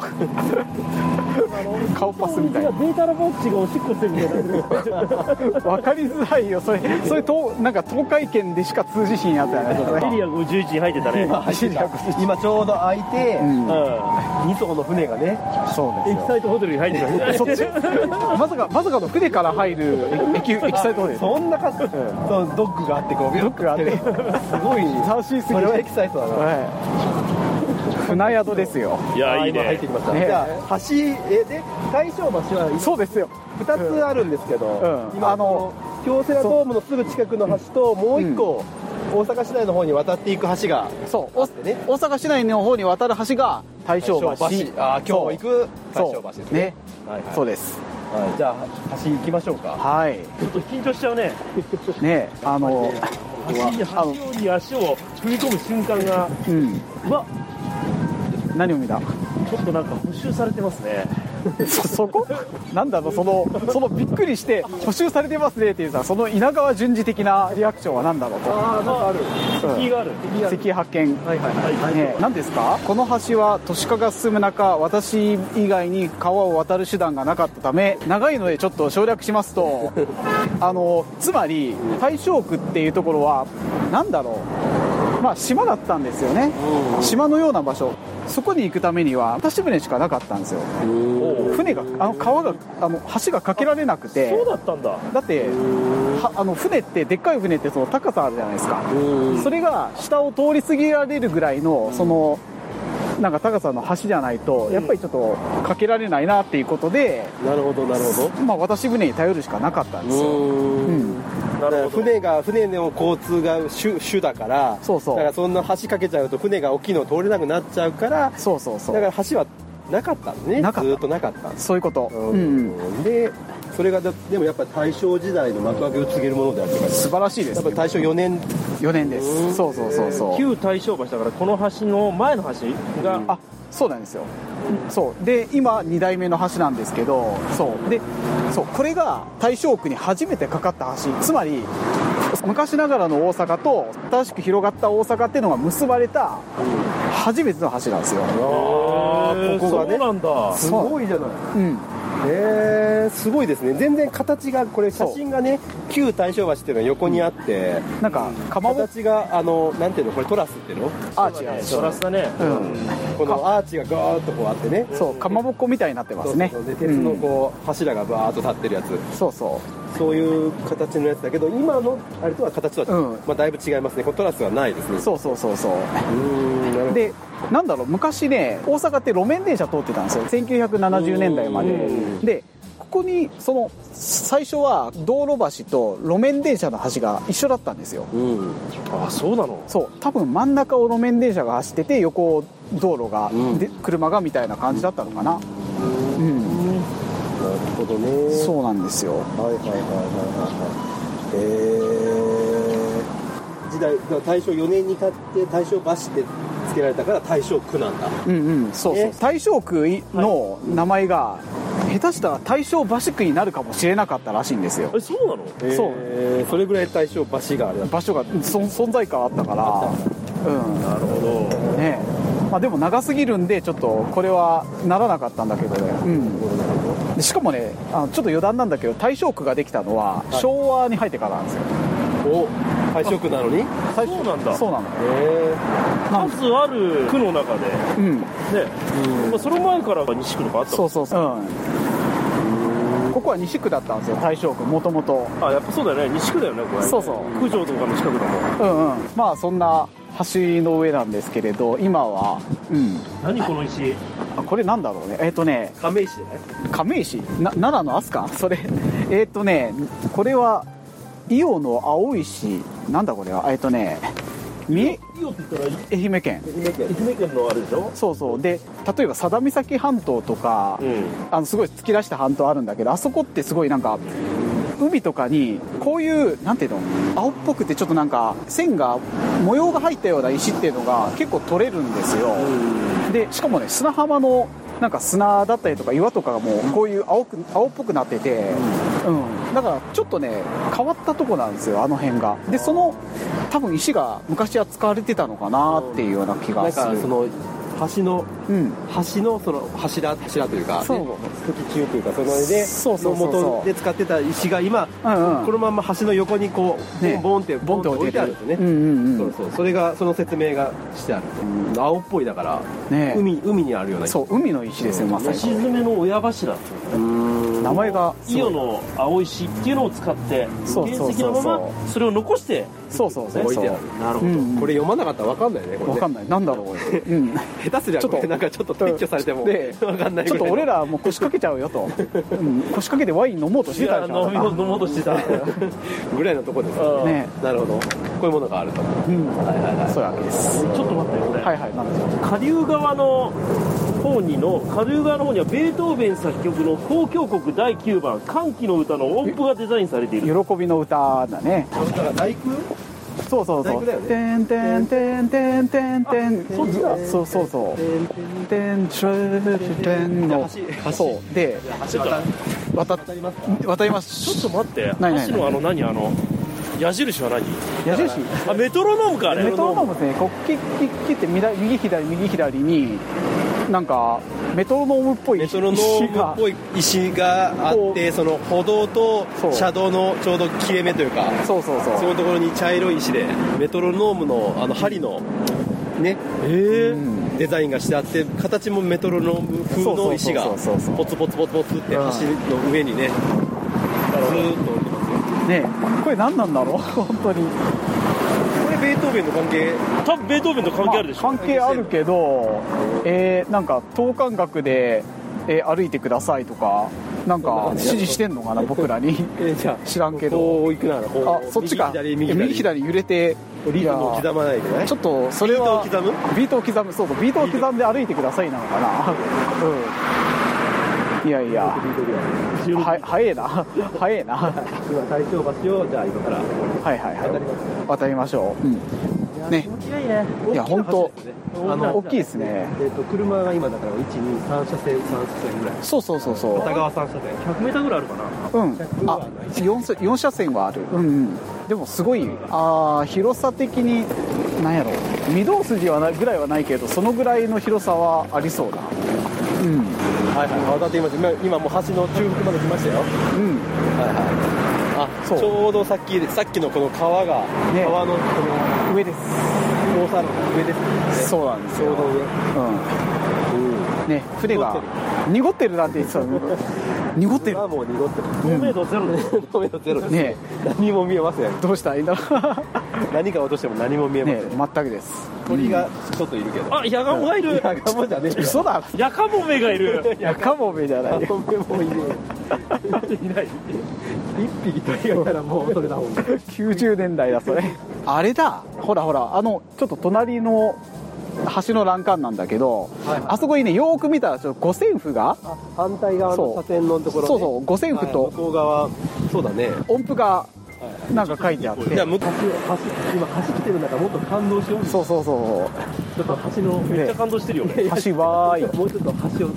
Speaker 4: 顔パスみたいな
Speaker 2: データラボッチがおしっこしてるみたいな
Speaker 4: 分かりづらいよそれそれとなんか東海圏でしか通じひんやつ やねそれ
Speaker 2: エリア51に入ってたね
Speaker 3: 今走 った今ちょうど開いて、
Speaker 4: うん
Speaker 3: 2艘の船がね
Speaker 4: そう
Speaker 2: エキサイトホテルに入ってた ね
Speaker 4: ですそっちまさかまさかの船から入るエキエキサイトホテル
Speaker 3: そんな数、そのドッグがあってこうビュッ
Speaker 4: クがあって
Speaker 3: すごい
Speaker 4: 楽しいすぎて
Speaker 3: それはエキサイトだな
Speaker 4: はい船宿ですよ
Speaker 2: いやいい
Speaker 3: 今入っ
Speaker 2: ね
Speaker 3: てきました、
Speaker 4: ね
Speaker 3: じゃあ橋えで大正橋は
Speaker 4: そうですよ
Speaker 3: 2つあるんですけど、
Speaker 4: うん
Speaker 3: 今
Speaker 4: あ
Speaker 3: あ
Speaker 4: の
Speaker 3: の京セラドームのすぐ近くの橋ともう一個、大阪市内の方に渡っていく橋が
Speaker 4: そうお
Speaker 3: あってね
Speaker 4: 大阪市内の方に渡る橋が大正橋
Speaker 3: ああ今日行く大
Speaker 4: そ
Speaker 3: 正
Speaker 4: う
Speaker 3: 橋ですね
Speaker 4: ね
Speaker 3: はいはい
Speaker 4: そうです
Speaker 3: はい、じゃあ橋行きましょうか
Speaker 4: はい
Speaker 2: ちょっと緊張しちゃうね
Speaker 4: ねあの
Speaker 2: 足に
Speaker 4: あ
Speaker 2: 橋よ
Speaker 4: の
Speaker 2: り足を踏み込む瞬間が
Speaker 4: うん
Speaker 2: うわ
Speaker 4: 何を見た
Speaker 2: ちょっとなんか補修されてますね
Speaker 4: そそこなんだろうそのそのびっくりして補修されてますねっていうさその稲川淳二的なリアクションは何だろうと
Speaker 2: ああなんかある
Speaker 4: うん
Speaker 2: 敵がある
Speaker 4: 関発見
Speaker 3: はいはいはい
Speaker 2: はい
Speaker 4: ね、何ですかこの橋は都市化が進む中私以外に川を渡る手段がなかったため長いのでちょっと省略しますとあのつまり大正区っていうところは何だろうまあ島だったんですよね島のような場所そこに行くためには渡し船しかなかったんですよ船があの川があの橋が架けられなくて
Speaker 2: そうだったんだ
Speaker 4: だってはあの船ってでっかい船ってその高さあるじゃないですかそれが下を通り過ぎられるぐらいのそのなんか高さの橋じゃないとやっぱりちょっとかけられないなっていうことで、
Speaker 3: なるほどなるほ
Speaker 4: まあ、渡し船に頼るしかなかったんですよ、
Speaker 3: ど
Speaker 4: うん、
Speaker 2: なるほど
Speaker 3: 船が船の交通が主主だから
Speaker 4: そうそう
Speaker 3: だからそんな橋かけちゃうと船が大きいの通れなくなっちゃうから
Speaker 4: そうそうそ
Speaker 3: だか
Speaker 4: う
Speaker 3: ら橋はなかったんですね
Speaker 4: なかった
Speaker 3: ずーっとなかったんです
Speaker 4: そういうこと、うん
Speaker 3: でそそれがだでもやっぱ大正時代の幕開けを告げるものであるとか
Speaker 4: 素晴らしいで
Speaker 3: や
Speaker 4: す
Speaker 3: っぱ大正4年
Speaker 4: 4年ですそうそうそうそう
Speaker 2: 旧大正橋だからこの橋の前の橋が、
Speaker 4: あそうなんですよそうで今2代目の橋なんですけどそうでそうこれが大正区に初めてかかった橋つまり昔ながらの大阪と新しく広がった大阪っていうのが結ばれた初めての橋なんですよ、
Speaker 2: あー
Speaker 3: へー
Speaker 2: ここがねそうなんだ
Speaker 3: すごいじゃない
Speaker 4: うん、
Speaker 3: へえすごいですね全然形がこれ写真がね旧大正橋っていうのが横にあって、
Speaker 4: なんかかまぼ
Speaker 3: 形があのなんていうのこれトラスっていうの
Speaker 4: アーチが
Speaker 2: そらすだね
Speaker 4: うん、
Speaker 3: このアーチがガーッとこうあってね
Speaker 4: そうかまぼっこみたいになってますね
Speaker 3: そうそうそうで鉄のこう柱がバーッと立ってるやつ
Speaker 4: うんそうそ
Speaker 3: そういう形のやつだけど今のあれとは形とは、
Speaker 4: うん
Speaker 3: まあ、だいぶ違いますねこのトラスはないですね
Speaker 4: うそうそうそうそう
Speaker 3: うーんなるほど
Speaker 4: でなんだろう昔ね大阪って路面電車通ってたんですよ1970年代まで
Speaker 3: う
Speaker 4: でここにその最初は道路橋と路面電車の橋が一緒だったんですよ
Speaker 3: うん
Speaker 2: あそうなの
Speaker 4: そう多分真ん中を路面電車が走ってて横を道路が、
Speaker 3: うん
Speaker 4: で車がみたいな感じだったのかなうん、
Speaker 3: なるほどね
Speaker 4: そうなんですよ
Speaker 3: はいはいはいはいはいはいへえ時代だから大正4年に勝って大正橋ってつけられたから大正区なんだ
Speaker 4: うんうんそうそう
Speaker 3: ね
Speaker 4: 大正区の名前が下手したら大正橋区になるかもしれなかったらしいんですよ
Speaker 2: えそうなの
Speaker 4: そう
Speaker 3: うそれぐらい大正橋があれだった
Speaker 4: 場所がそ存在感あったからうん
Speaker 2: なるほど
Speaker 4: ねまあ、でも長すぎるんでちょっとこれはならなかったんだけどね、うんで、しかもねあのちょっと余談なんだけど大正区ができたのは
Speaker 3: はい
Speaker 4: 昭和に入ってからなんですよ、
Speaker 3: お大正区なのにへ
Speaker 4: 最
Speaker 2: そうなんだ
Speaker 4: そうなの
Speaker 3: え
Speaker 4: なん
Speaker 2: 数ある区の中で
Speaker 4: うん
Speaker 2: ね、まあ、その前から西区とかあった
Speaker 4: そううそうそう、うん、ここは西区だったんですよ大正区もともと
Speaker 2: あやっぱそうだよね西区だよねこれ
Speaker 4: そうそう
Speaker 2: 九条とかの近くだもん
Speaker 4: うんうんまあそんな橋の上なんですけれど今はうん
Speaker 2: 何この石
Speaker 4: あこれなんだろうねえっ、とね
Speaker 2: 亀石じゃない
Speaker 4: 亀石な奈良の飛鳥それえーっとねこれは伊予の青石なんだこれはえーっとね三
Speaker 2: いいよって言ったら
Speaker 4: 重愛媛県
Speaker 2: 愛媛県のあれでしょ
Speaker 4: そうそうで例えば佐田岬半島とか、
Speaker 2: ん
Speaker 4: あのすごい突き出した半島あるんだけどあそこってすごいなんか海とかにこういうなんていうの青っぽくてちょっとなんか線が模様が入ったような石っていうのが結構取れるんですよ、でしかもね砂浜のなんか砂だったりとか岩とかがもうこういう青く青っぽくなってて、うんだからちょっとね変わったとこなんですよあの辺がでその多分石が昔は使われてたのかなっていうような気
Speaker 3: な
Speaker 4: が
Speaker 3: ん
Speaker 4: する
Speaker 3: かその橋の
Speaker 4: うん
Speaker 3: 橋のその柱柱というか、ね、
Speaker 4: そう
Speaker 3: 時中というかその上で
Speaker 4: そうそうそうそう
Speaker 3: の元で使ってた石が今、
Speaker 4: うんうん
Speaker 3: このまま橋の横にこう、
Speaker 4: ね
Speaker 3: ボンボンって
Speaker 4: ボンって置いてある
Speaker 3: ボンって置いてあるんです
Speaker 4: うん
Speaker 3: ね、
Speaker 4: うんう
Speaker 3: そ
Speaker 4: ん
Speaker 3: うそうそれがその説明がしてあると、青っぽいだから、
Speaker 4: ねえ
Speaker 3: 海海にあるような
Speaker 4: そう海の石ですよまさ
Speaker 2: 石
Speaker 4: に
Speaker 2: 詰めの親柱っていうのね
Speaker 4: 名前がす
Speaker 2: 伊
Speaker 4: ごい
Speaker 2: 予の青石っていうのを使って
Speaker 4: そう
Speaker 2: 原
Speaker 4: そう
Speaker 2: 石
Speaker 4: そ
Speaker 2: の
Speaker 4: うそう
Speaker 2: ままそれを残して
Speaker 4: そうそうそう
Speaker 3: 置い
Speaker 4: そ
Speaker 3: て
Speaker 4: う
Speaker 3: ある
Speaker 2: なる
Speaker 4: う
Speaker 2: ほ
Speaker 4: ん
Speaker 3: これ読まなかったら分かんないねこれ
Speaker 4: わ
Speaker 3: ね
Speaker 4: かんないなんだろううん
Speaker 3: 下手すりゃ
Speaker 4: ちょっと
Speaker 3: これなんかちょっと 撤去されても
Speaker 4: で
Speaker 3: 分かんない
Speaker 4: ちょっと俺
Speaker 3: ら
Speaker 4: らもう腰掛けちゃうよと、うん、腰掛けてワイン飲もうとしてたでしょ
Speaker 2: 飲み飲もうとしてた
Speaker 3: ぐらいのとこですよ
Speaker 2: うん
Speaker 4: ね
Speaker 3: なるほどこういうものがあると
Speaker 4: うん
Speaker 3: はいはいはい
Speaker 4: そういうわけです
Speaker 2: ちょっと待ってこれ、
Speaker 4: はいはいなんでしょう
Speaker 2: 下流側の方にの下流側の方にはベートーベン作曲の「交響曲第9番歓喜の歌」の音符がデザインされている
Speaker 4: 喜びの歌だね
Speaker 3: だから大工
Speaker 4: そうそうそ
Speaker 3: 大
Speaker 4: う
Speaker 3: 工だよね
Speaker 4: てんてんてんてんてんてん
Speaker 2: そっちだ
Speaker 4: そうそうそうてんちゅうてんの
Speaker 3: 橋
Speaker 4: そうで
Speaker 2: ちょっと
Speaker 4: 渡っ
Speaker 3: 渡りますか
Speaker 4: 渡り
Speaker 2: ちょ
Speaker 4: ま
Speaker 2: っ
Speaker 4: す
Speaker 2: と待って
Speaker 4: ないない
Speaker 2: 橋のあの何あの矢印は何
Speaker 4: 矢印
Speaker 2: あメトロノームかあれ
Speaker 4: メトロノームですね、こう、キッキッキッって右、右左、右左に、なんか、メトロノームっぽい
Speaker 3: メトロノームっぽ
Speaker 4: い。
Speaker 3: い石があってその歩道と
Speaker 4: そう
Speaker 3: 車道のちょうど切れ目というか
Speaker 4: そうそうそう。
Speaker 3: そういうところに茶色い石でメトロノームのあの針のね
Speaker 2: え
Speaker 4: うん
Speaker 3: デザインがしてあって形もメトロノーム風の石が
Speaker 4: そうそうそうそう
Speaker 3: ポツポツポツポツって橋の上にねずーっと置いてますよ
Speaker 4: ねこれ何なんだろう 本当に。
Speaker 3: これベートーベンの関係
Speaker 2: 多分ベートーベンと関係あるでしょ、
Speaker 4: まあ関係あるけど、えー、なんか、等間隔で、えー歩いてくださいとか、なんか、指示してんのかな、僕らに。
Speaker 3: えじゃ
Speaker 4: 知らんけど。
Speaker 3: こう行くならこ
Speaker 4: あ
Speaker 3: う、
Speaker 4: そっちか。
Speaker 3: 右左
Speaker 4: え
Speaker 3: 右
Speaker 4: 右
Speaker 3: 左
Speaker 4: 左揺れて、
Speaker 3: リズムを
Speaker 4: いや
Speaker 3: 刻まないでね
Speaker 4: ちょっと、それは、
Speaker 3: ビートを刻む
Speaker 4: ビートを刻む。そうそう、ビートを刻んで歩いてくださいなのかな。うん。いやいやは早えな早えなは
Speaker 5: 今大正橋をじゃあ今から
Speaker 4: いはいはい渡りましょう、うんね
Speaker 5: 気持ちがいいね
Speaker 4: いや本当あの大きいですすね
Speaker 5: えっと車が今だから123車線3車線ぐらい
Speaker 4: そうそうそうそう
Speaker 5: 片側3車線
Speaker 2: 100m ぐらいあるかな
Speaker 4: うん、あ 4, 4車線はある、うんうん、でもすごいあー広さ的になんやろ御堂筋はなぐらいはないけどそのぐらいの広さはありそうだう
Speaker 3: はいはい渡っています今今もう橋の中腹まで来ましたよはい
Speaker 4: んうん
Speaker 3: はいあ
Speaker 4: そう
Speaker 3: ちょうどさっきさっきのこの川が、
Speaker 4: ね
Speaker 3: 川のこ
Speaker 4: 上です
Speaker 3: の大沢の上ですね
Speaker 4: そうなんです
Speaker 3: ちょう
Speaker 4: よ
Speaker 3: ど、
Speaker 4: うん、ね船が濁ってるなんて言ってたのに濁って
Speaker 3: 上
Speaker 4: る
Speaker 3: はもう濁って
Speaker 2: 透明度ゼロです
Speaker 3: る透明度ゼロです、
Speaker 4: ね
Speaker 3: 何も見えません
Speaker 4: どうしたらいいんだろ
Speaker 3: 何か落としても何も見え
Speaker 4: う
Speaker 3: ませ
Speaker 4: ね
Speaker 3: ん、
Speaker 4: 全くです
Speaker 3: 鳥がちょっといるけど
Speaker 2: あヤガモがいる
Speaker 3: ヤガモじゃねえよ
Speaker 4: 嘘だ
Speaker 2: ヤカモメがいる
Speaker 4: いやカモメじゃない
Speaker 3: ヤガモもいね
Speaker 2: いない
Speaker 5: 一匹鳥がいたらもうそれだもん
Speaker 4: 90年代だそれあれだほらほらあのちょっと隣の橋の欄干なんだけど、あそこにねよーく見たらちょっと五線譜が
Speaker 3: 反対側
Speaker 4: そう
Speaker 3: の車線のところ、ね、
Speaker 4: そうそう五線譜
Speaker 3: はい
Speaker 4: と
Speaker 3: 向こう側そうだね
Speaker 4: 音符がなんか書いてあって、
Speaker 3: じゃあ向こ
Speaker 5: 橋を橋 今橋来てるんだからもっと感動しよう
Speaker 4: そうそうそ
Speaker 5: ちょっと橋の
Speaker 4: う
Speaker 2: めっ
Speaker 4: で
Speaker 2: ちゃ感動してるよね
Speaker 4: 橋はーい
Speaker 5: もうちょっと橋を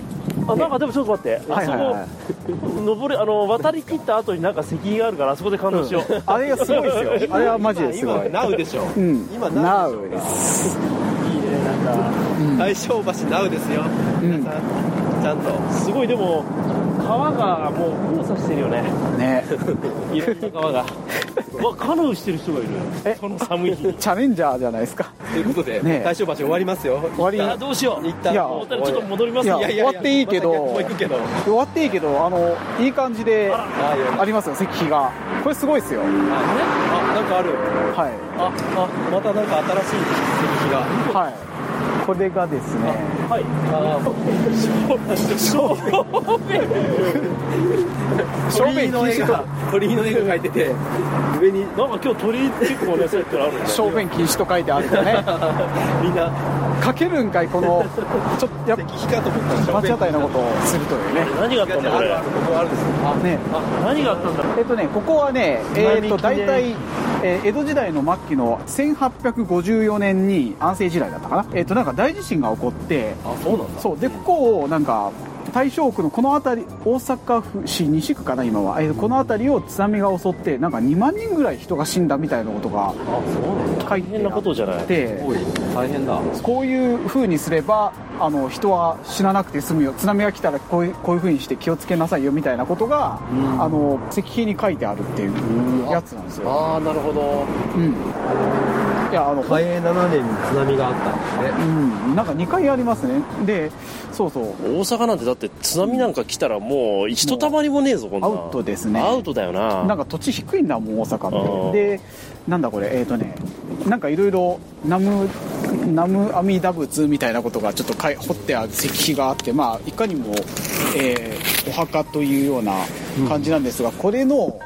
Speaker 2: あなんかでもちょっと待ってあ
Speaker 4: はい
Speaker 2: そ
Speaker 4: はいはい
Speaker 2: こ登れあの渡り切った後になんか石碑があるからあそこで感動しよう
Speaker 4: あれがすごいですよあれはマジですご
Speaker 3: 今
Speaker 4: い
Speaker 3: ナウでしょ
Speaker 4: うん
Speaker 3: 今
Speaker 4: な
Speaker 3: な
Speaker 4: うです
Speaker 5: いいねなんか
Speaker 3: 大正橋ナウですよ
Speaker 4: うん
Speaker 3: 皆さんちゃんと
Speaker 2: すごいでも川がもう交差してるよね
Speaker 4: ね
Speaker 2: いろんな川 がうわカヌーしてる人がいる
Speaker 4: え
Speaker 2: この寒い日 に
Speaker 4: チャレンジャーじゃないですか
Speaker 3: ということで、
Speaker 4: ねえ
Speaker 3: 大正橋終わりますよ
Speaker 4: 終わり
Speaker 2: あどうしよう
Speaker 3: 一旦
Speaker 4: いや
Speaker 3: も
Speaker 2: ホ
Speaker 3: う
Speaker 2: テルちょっと戻ります
Speaker 4: いや
Speaker 2: いやいや
Speaker 4: 終わっていいけど
Speaker 3: また逆も行くけど
Speaker 4: 終わっていいけどあのいい感じであ
Speaker 3: あ
Speaker 4: りますよ石碑がこれすごいですよ
Speaker 3: あなんかある
Speaker 4: はい
Speaker 3: ああまたなんか新しい石碑が
Speaker 4: はい。これがですね。
Speaker 2: はい
Speaker 3: あ
Speaker 2: そう
Speaker 3: 鳥居の絵
Speaker 4: 禁止と
Speaker 3: が鳥居の絵が描いてて上に
Speaker 2: なんか今日鳥結構ねそうやってあるんだ
Speaker 4: 小便禁止と書いてあるよね。
Speaker 3: みんな
Speaker 4: 書けるんかいこのちょっとやっ
Speaker 3: 石碑かと思った
Speaker 4: ぱ
Speaker 3: ら
Speaker 4: 罰当たりなこと
Speaker 3: を
Speaker 4: をするというね。
Speaker 2: 何があったんだこ
Speaker 3: ある
Speaker 2: れ
Speaker 3: あるここあるんですよあ
Speaker 4: ね。
Speaker 2: 何があったんだろう
Speaker 4: えっとねここはねえっ
Speaker 2: 前向
Speaker 4: と大
Speaker 2: きで
Speaker 4: 体。えー江戸時代の末期の1854年に安政時代だったかな、えっとなんか大地震が起こって
Speaker 3: あそうなんだ
Speaker 4: そうでここをなんか大正区のこの辺り大阪府市西区かな今は、えーこの辺りを津波が襲ってなんか2万人ぐらい人が死んだみたいなことが
Speaker 3: あそうなんだ
Speaker 4: 書い
Speaker 2: 大
Speaker 4: て
Speaker 2: 変な
Speaker 4: あ
Speaker 2: こ
Speaker 4: っ
Speaker 2: とじゃない
Speaker 4: て
Speaker 3: おい大変だ
Speaker 4: こういう風にすればあの人は死ななくて済むよ津波が来たらこういうこういう風にして気をつけなさいよみたいなことが、あの石碑に書いてあるっていうやつなんですよ、
Speaker 3: ああなるほど
Speaker 4: うん、いやあの、
Speaker 5: 嘉永7年に津波があったんですね
Speaker 4: うん、なんか2回ありますねでそうそう
Speaker 2: 大阪なんてだって津波なんか来たらもうひとたまりもねえぞこんな
Speaker 4: ア
Speaker 2: ん
Speaker 4: ウトですね
Speaker 2: アウトだよな
Speaker 4: なんか土地低いんだもん大阪
Speaker 2: あ
Speaker 4: っ
Speaker 2: ー
Speaker 4: てでなんだこれえっ、とねなんかいろいろナムナムアミダ仏みたいなことがちょっとかい掘ってある石碑があってまあいかにも、えーお墓というような感じなんですが、これの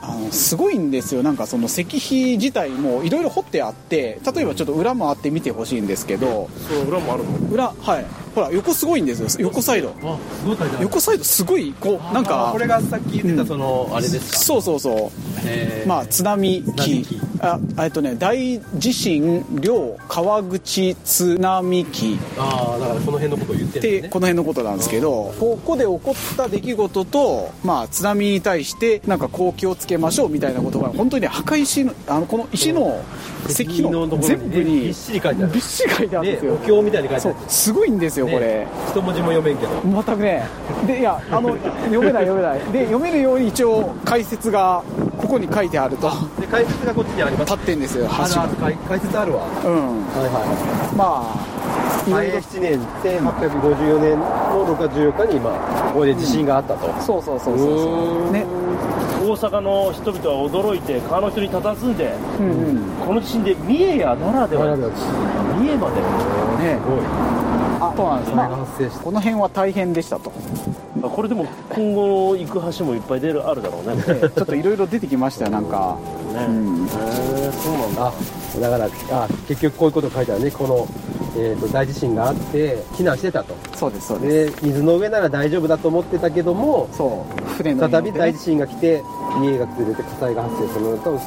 Speaker 4: あのすごいんですよなんかその石碑自体もいろいろ掘ってあって例えばちょっと裏回って見てほしいんですけど
Speaker 2: そう裏もあるの
Speaker 4: 裏はいほら横すごいんですよ横サイド
Speaker 3: あすごい大変
Speaker 4: 横サイドすごいこうなんか
Speaker 3: これがさっき言って
Speaker 4: う
Speaker 3: た
Speaker 4: ん
Speaker 3: その、あれですか
Speaker 4: そうそうそう
Speaker 3: えー
Speaker 4: まあ、津波期
Speaker 3: 津
Speaker 4: あえっとね大地震両川口津波期
Speaker 3: ああだからこの辺のことを言ってる
Speaker 4: って
Speaker 3: んだね
Speaker 4: この辺のことなんですけどここで起こった出来事と、まあ、津波に対してなんかこう気をつけましょうみたいなことが本当にね墓石のあのこの石の石碑の全部に
Speaker 3: びっしり書いてある
Speaker 4: びっしり書いてあるんです
Speaker 3: ね
Speaker 4: よ
Speaker 3: お。経みたいに書いて
Speaker 4: そ
Speaker 3: あ
Speaker 4: う
Speaker 3: る
Speaker 4: すごいんですよ
Speaker 3: ね
Speaker 4: これ。
Speaker 3: 一文字も読めんけど
Speaker 4: 全くねでいやあの読めない読めないで読めるように一応解説がここに書いてあると
Speaker 3: で解説がこっちにあります
Speaker 4: 立ってんですよ
Speaker 3: あ
Speaker 4: 橋
Speaker 3: るあ
Speaker 4: が
Speaker 3: る解解説あるわは
Speaker 4: うん
Speaker 3: いは
Speaker 4: まあ、いろいろ、
Speaker 3: 7年1854年の6月14日にまあここで地震があったと、
Speaker 4: そうそうそうそうそう、ね、
Speaker 2: 大阪の人々は驚いて川の人に佇んで
Speaker 4: うんうん、
Speaker 2: この地震で三重や奈良ではなく三重まで
Speaker 4: ね、
Speaker 3: すごい
Speaker 4: あ、そうなんです、
Speaker 3: 災害が
Speaker 4: ま
Speaker 3: 発生し
Speaker 4: あ、この辺は大変で したと、
Speaker 2: あこれでも今後行く橋もいっぱい出るあるだろうね
Speaker 4: ちょっといろいろ出てきましたよ、なんか、うん、
Speaker 3: たあだからあ結局こういうこと書いてあるねこの
Speaker 6: えーと大地震があって避難してたと
Speaker 4: そうですそうです
Speaker 6: で水の上なら大丈夫だと思ってたけども
Speaker 4: そう船の
Speaker 6: 再び大地
Speaker 4: 事
Speaker 6: 震が来て家が崩れて火災が発生するのと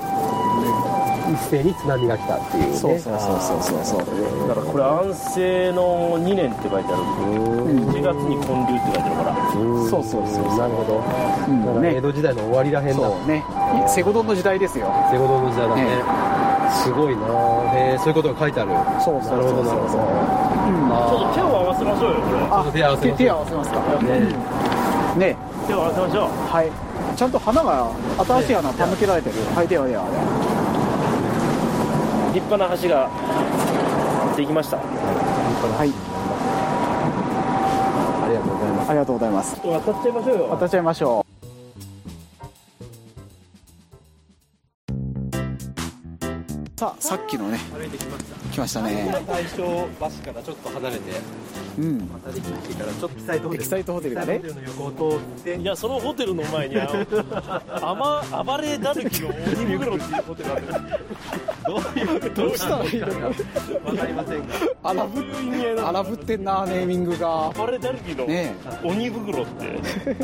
Speaker 6: 一斉に津波が来たっていうね
Speaker 4: そうそうそうそうそうそう
Speaker 2: だからこれ安政の2年って書いてある1月に建立って書いてあるから
Speaker 6: うん
Speaker 4: そうそうそうそう
Speaker 6: なるほど
Speaker 4: うん
Speaker 6: だから江
Speaker 4: ね
Speaker 6: 戸時代の終わりらへんだ
Speaker 4: そうねセコドンの時代ですよ
Speaker 6: セゴドの時代だね、
Speaker 4: え
Speaker 6: すごいなへえそういうことが書いてある
Speaker 4: そうそうそ
Speaker 6: な
Speaker 4: う
Speaker 6: るほどなるほど
Speaker 2: ちょ
Speaker 4: うん
Speaker 2: っと手を合わせましょうよこれ
Speaker 6: ち
Speaker 4: あ
Speaker 6: ょっと手合わせましょう
Speaker 4: 手合わせますか
Speaker 6: ね
Speaker 4: ね
Speaker 2: 手を合わせましょう
Speaker 4: はいちゃんと花が新しい花手向けられてるよはいではでは
Speaker 2: 立派な橋ができました
Speaker 4: はい
Speaker 6: ありがとうございます
Speaker 4: ありがとうございます
Speaker 2: 渡っちゃいましょうよ
Speaker 4: 渡っちゃいましょうさあさっきのね
Speaker 3: 歩いてきました
Speaker 4: 来ましたね
Speaker 3: 大正橋からちょっと離れて
Speaker 4: うん
Speaker 3: またできてからちょっと記載通
Speaker 4: エキサイトホテルがね
Speaker 3: の横を通って
Speaker 2: いやそのホテルの前にあ の雨暴れだるきの鬼袋っていうホテルが ある
Speaker 3: どういう
Speaker 4: どうしたらいいのか
Speaker 3: わかりませんが
Speaker 4: 荒ぶ荒ぶってんなネーミングが
Speaker 2: 暴れだるきの
Speaker 4: ね
Speaker 2: 鬼袋 って
Speaker 3: でさっき、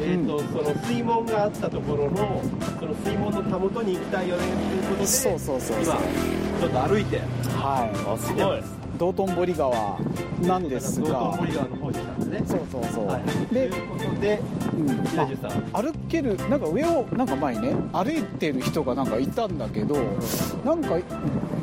Speaker 3: えーとその水門があったところのその水門のたもとに行きたいよねっていうことで
Speaker 4: そうそうそうそう
Speaker 3: 今ちょっと歩いて
Speaker 4: は
Speaker 2: あすごい
Speaker 4: い道頓堀川なんです
Speaker 3: 道頓
Speaker 4: が
Speaker 3: 堀川の方に来たんですね
Speaker 4: そうそうそう、
Speaker 3: はい、
Speaker 4: で
Speaker 3: ということで
Speaker 4: うん
Speaker 3: 平重さん
Speaker 4: 歩けるなんか上をなんか前にね歩いてる人がなんかいたんだけどなんか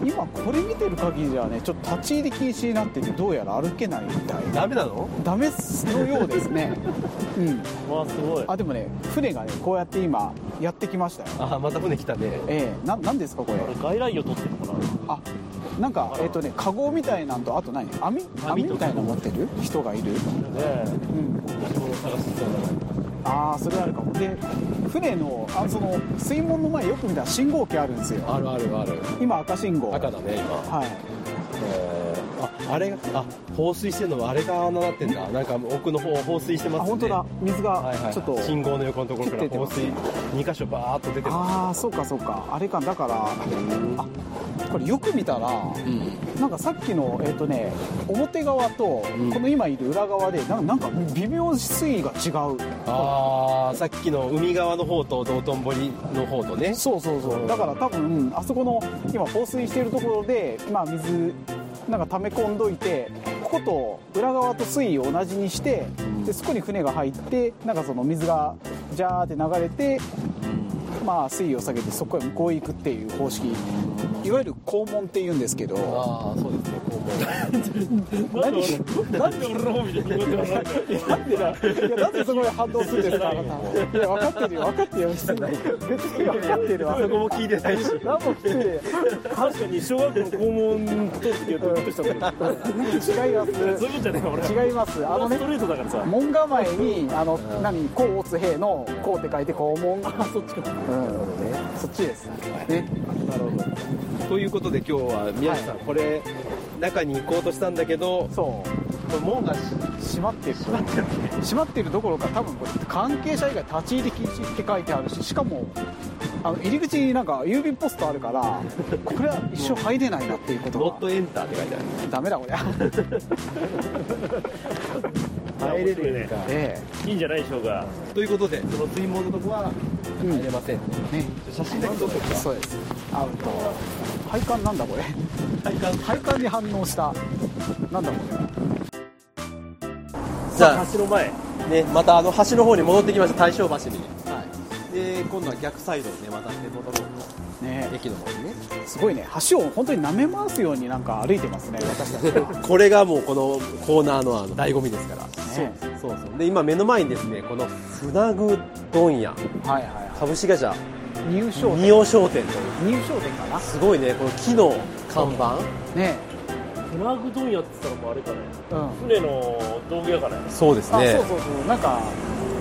Speaker 4: 今これ見てる限りじゃねちょっと立ち入り禁止になっててどうやら歩けないみたい
Speaker 3: ダメなの
Speaker 4: ダメのようですね うん
Speaker 2: わあすごい
Speaker 4: あでもね船がねこうやって今やってきましたよ
Speaker 3: あまた船来たね
Speaker 4: ええななんですかこれ
Speaker 2: これ外来魚取ってるのか
Speaker 4: あなんかえっ、とねカゴみたいなんとあと何網網みたいなの持ってる人がいる
Speaker 2: なね
Speaker 4: うんああそれあるかもで船のあその水門の前よく見たら信号機あるんですよ
Speaker 3: あるあるある
Speaker 4: 今赤信号
Speaker 3: 赤だね今、
Speaker 4: はい
Speaker 3: えー、ああれがあ放水してるのはあれが穴なってんだなんか奥の方放水してます
Speaker 4: あ
Speaker 3: ね
Speaker 4: 本当だ水
Speaker 3: は
Speaker 4: が
Speaker 3: いはいはい
Speaker 4: ちょっと、
Speaker 3: 信号の横のところか
Speaker 4: 切
Speaker 3: ら
Speaker 4: ってて
Speaker 3: 放
Speaker 4: ます
Speaker 3: 水2箇所バーっと出てま
Speaker 4: ああそうかそうかあれかだからあこれよく見たら、なんかさっきのえっ、とね表側と、この今いる裏側でなんかなんか微妙に水位が違う
Speaker 3: すああさっきの海側の方と道頓堀の方とね
Speaker 4: そうそうそうだから多分あそこの今放水しているところで、まあ、水なんか溜め込んどいてここと裏側と水位を同じにしてでそこに船が入ってなんかその水がジャーって流れて、まあ、水位を下げてそこへ向こうへ行くっていう方式いわゆる肛門っていうんですけど
Speaker 3: ああそうですねこうも
Speaker 4: 何
Speaker 2: なんで俺の方見てるのか
Speaker 4: なんでないやなんでそこで反応するんですかあなたいや分かってるよ分かってるよ別に分かってるわ
Speaker 3: そこも聞いてないし
Speaker 4: 何も来てねえ
Speaker 2: 確かに小学校の校門取って言うとびっくりしたんだけど
Speaker 4: 違います
Speaker 2: そういうことじゃない俺
Speaker 4: 違いますあのね
Speaker 2: ストレートだからさ
Speaker 4: 門構えにあの何甲乙丙の甲って書いて肛門あそっちかうんそっちですね
Speaker 3: ということで今日は宮司さん、これ中に行こうとしたんだけど
Speaker 4: そ
Speaker 3: これ門がし
Speaker 4: う閉まってる閉まってる閉まってるどころか多分これ関係者以外立ち入り禁止って書いてあるししかもあの入り口になんか郵便ポストあるから これは一生入れないなっていうこ
Speaker 3: ノ
Speaker 4: と
Speaker 3: ットエンターって書いてある
Speaker 4: がダメだこ りゃ
Speaker 2: 入れるね
Speaker 4: え
Speaker 2: いいんじゃないでしょうか
Speaker 3: ということでその水門のとこは
Speaker 4: えうん
Speaker 3: 入れません、
Speaker 4: ね
Speaker 3: 写真だけ撮っとくか
Speaker 4: そうですアウト配管なんだこれ
Speaker 3: 体感
Speaker 4: 配管に反応したなんだこれ
Speaker 3: じゃ
Speaker 2: 橋の前
Speaker 3: あねまたあの橋の方に戻ってきました大正橋にで今度は逆サイドをね渡って戻ろう
Speaker 4: ね
Speaker 3: と駅の方にね
Speaker 4: すごいね橋を本当に舐め回すようになんか歩いてますね私たち は
Speaker 3: これがもうこのコーナーのあの醍醐味ですから
Speaker 4: ね
Speaker 3: そうそうで今目の前にですねこの船具問屋
Speaker 4: はいはいは
Speaker 3: 株式会社
Speaker 4: い入賞
Speaker 3: 仁王商店という
Speaker 4: 入賞点かな
Speaker 3: すごいねこの木の看板
Speaker 4: ね
Speaker 2: フラグ問屋って言ったらもうあれかね
Speaker 4: うん
Speaker 2: 船の道具やからね
Speaker 3: そうです
Speaker 4: あそうそうそうなんか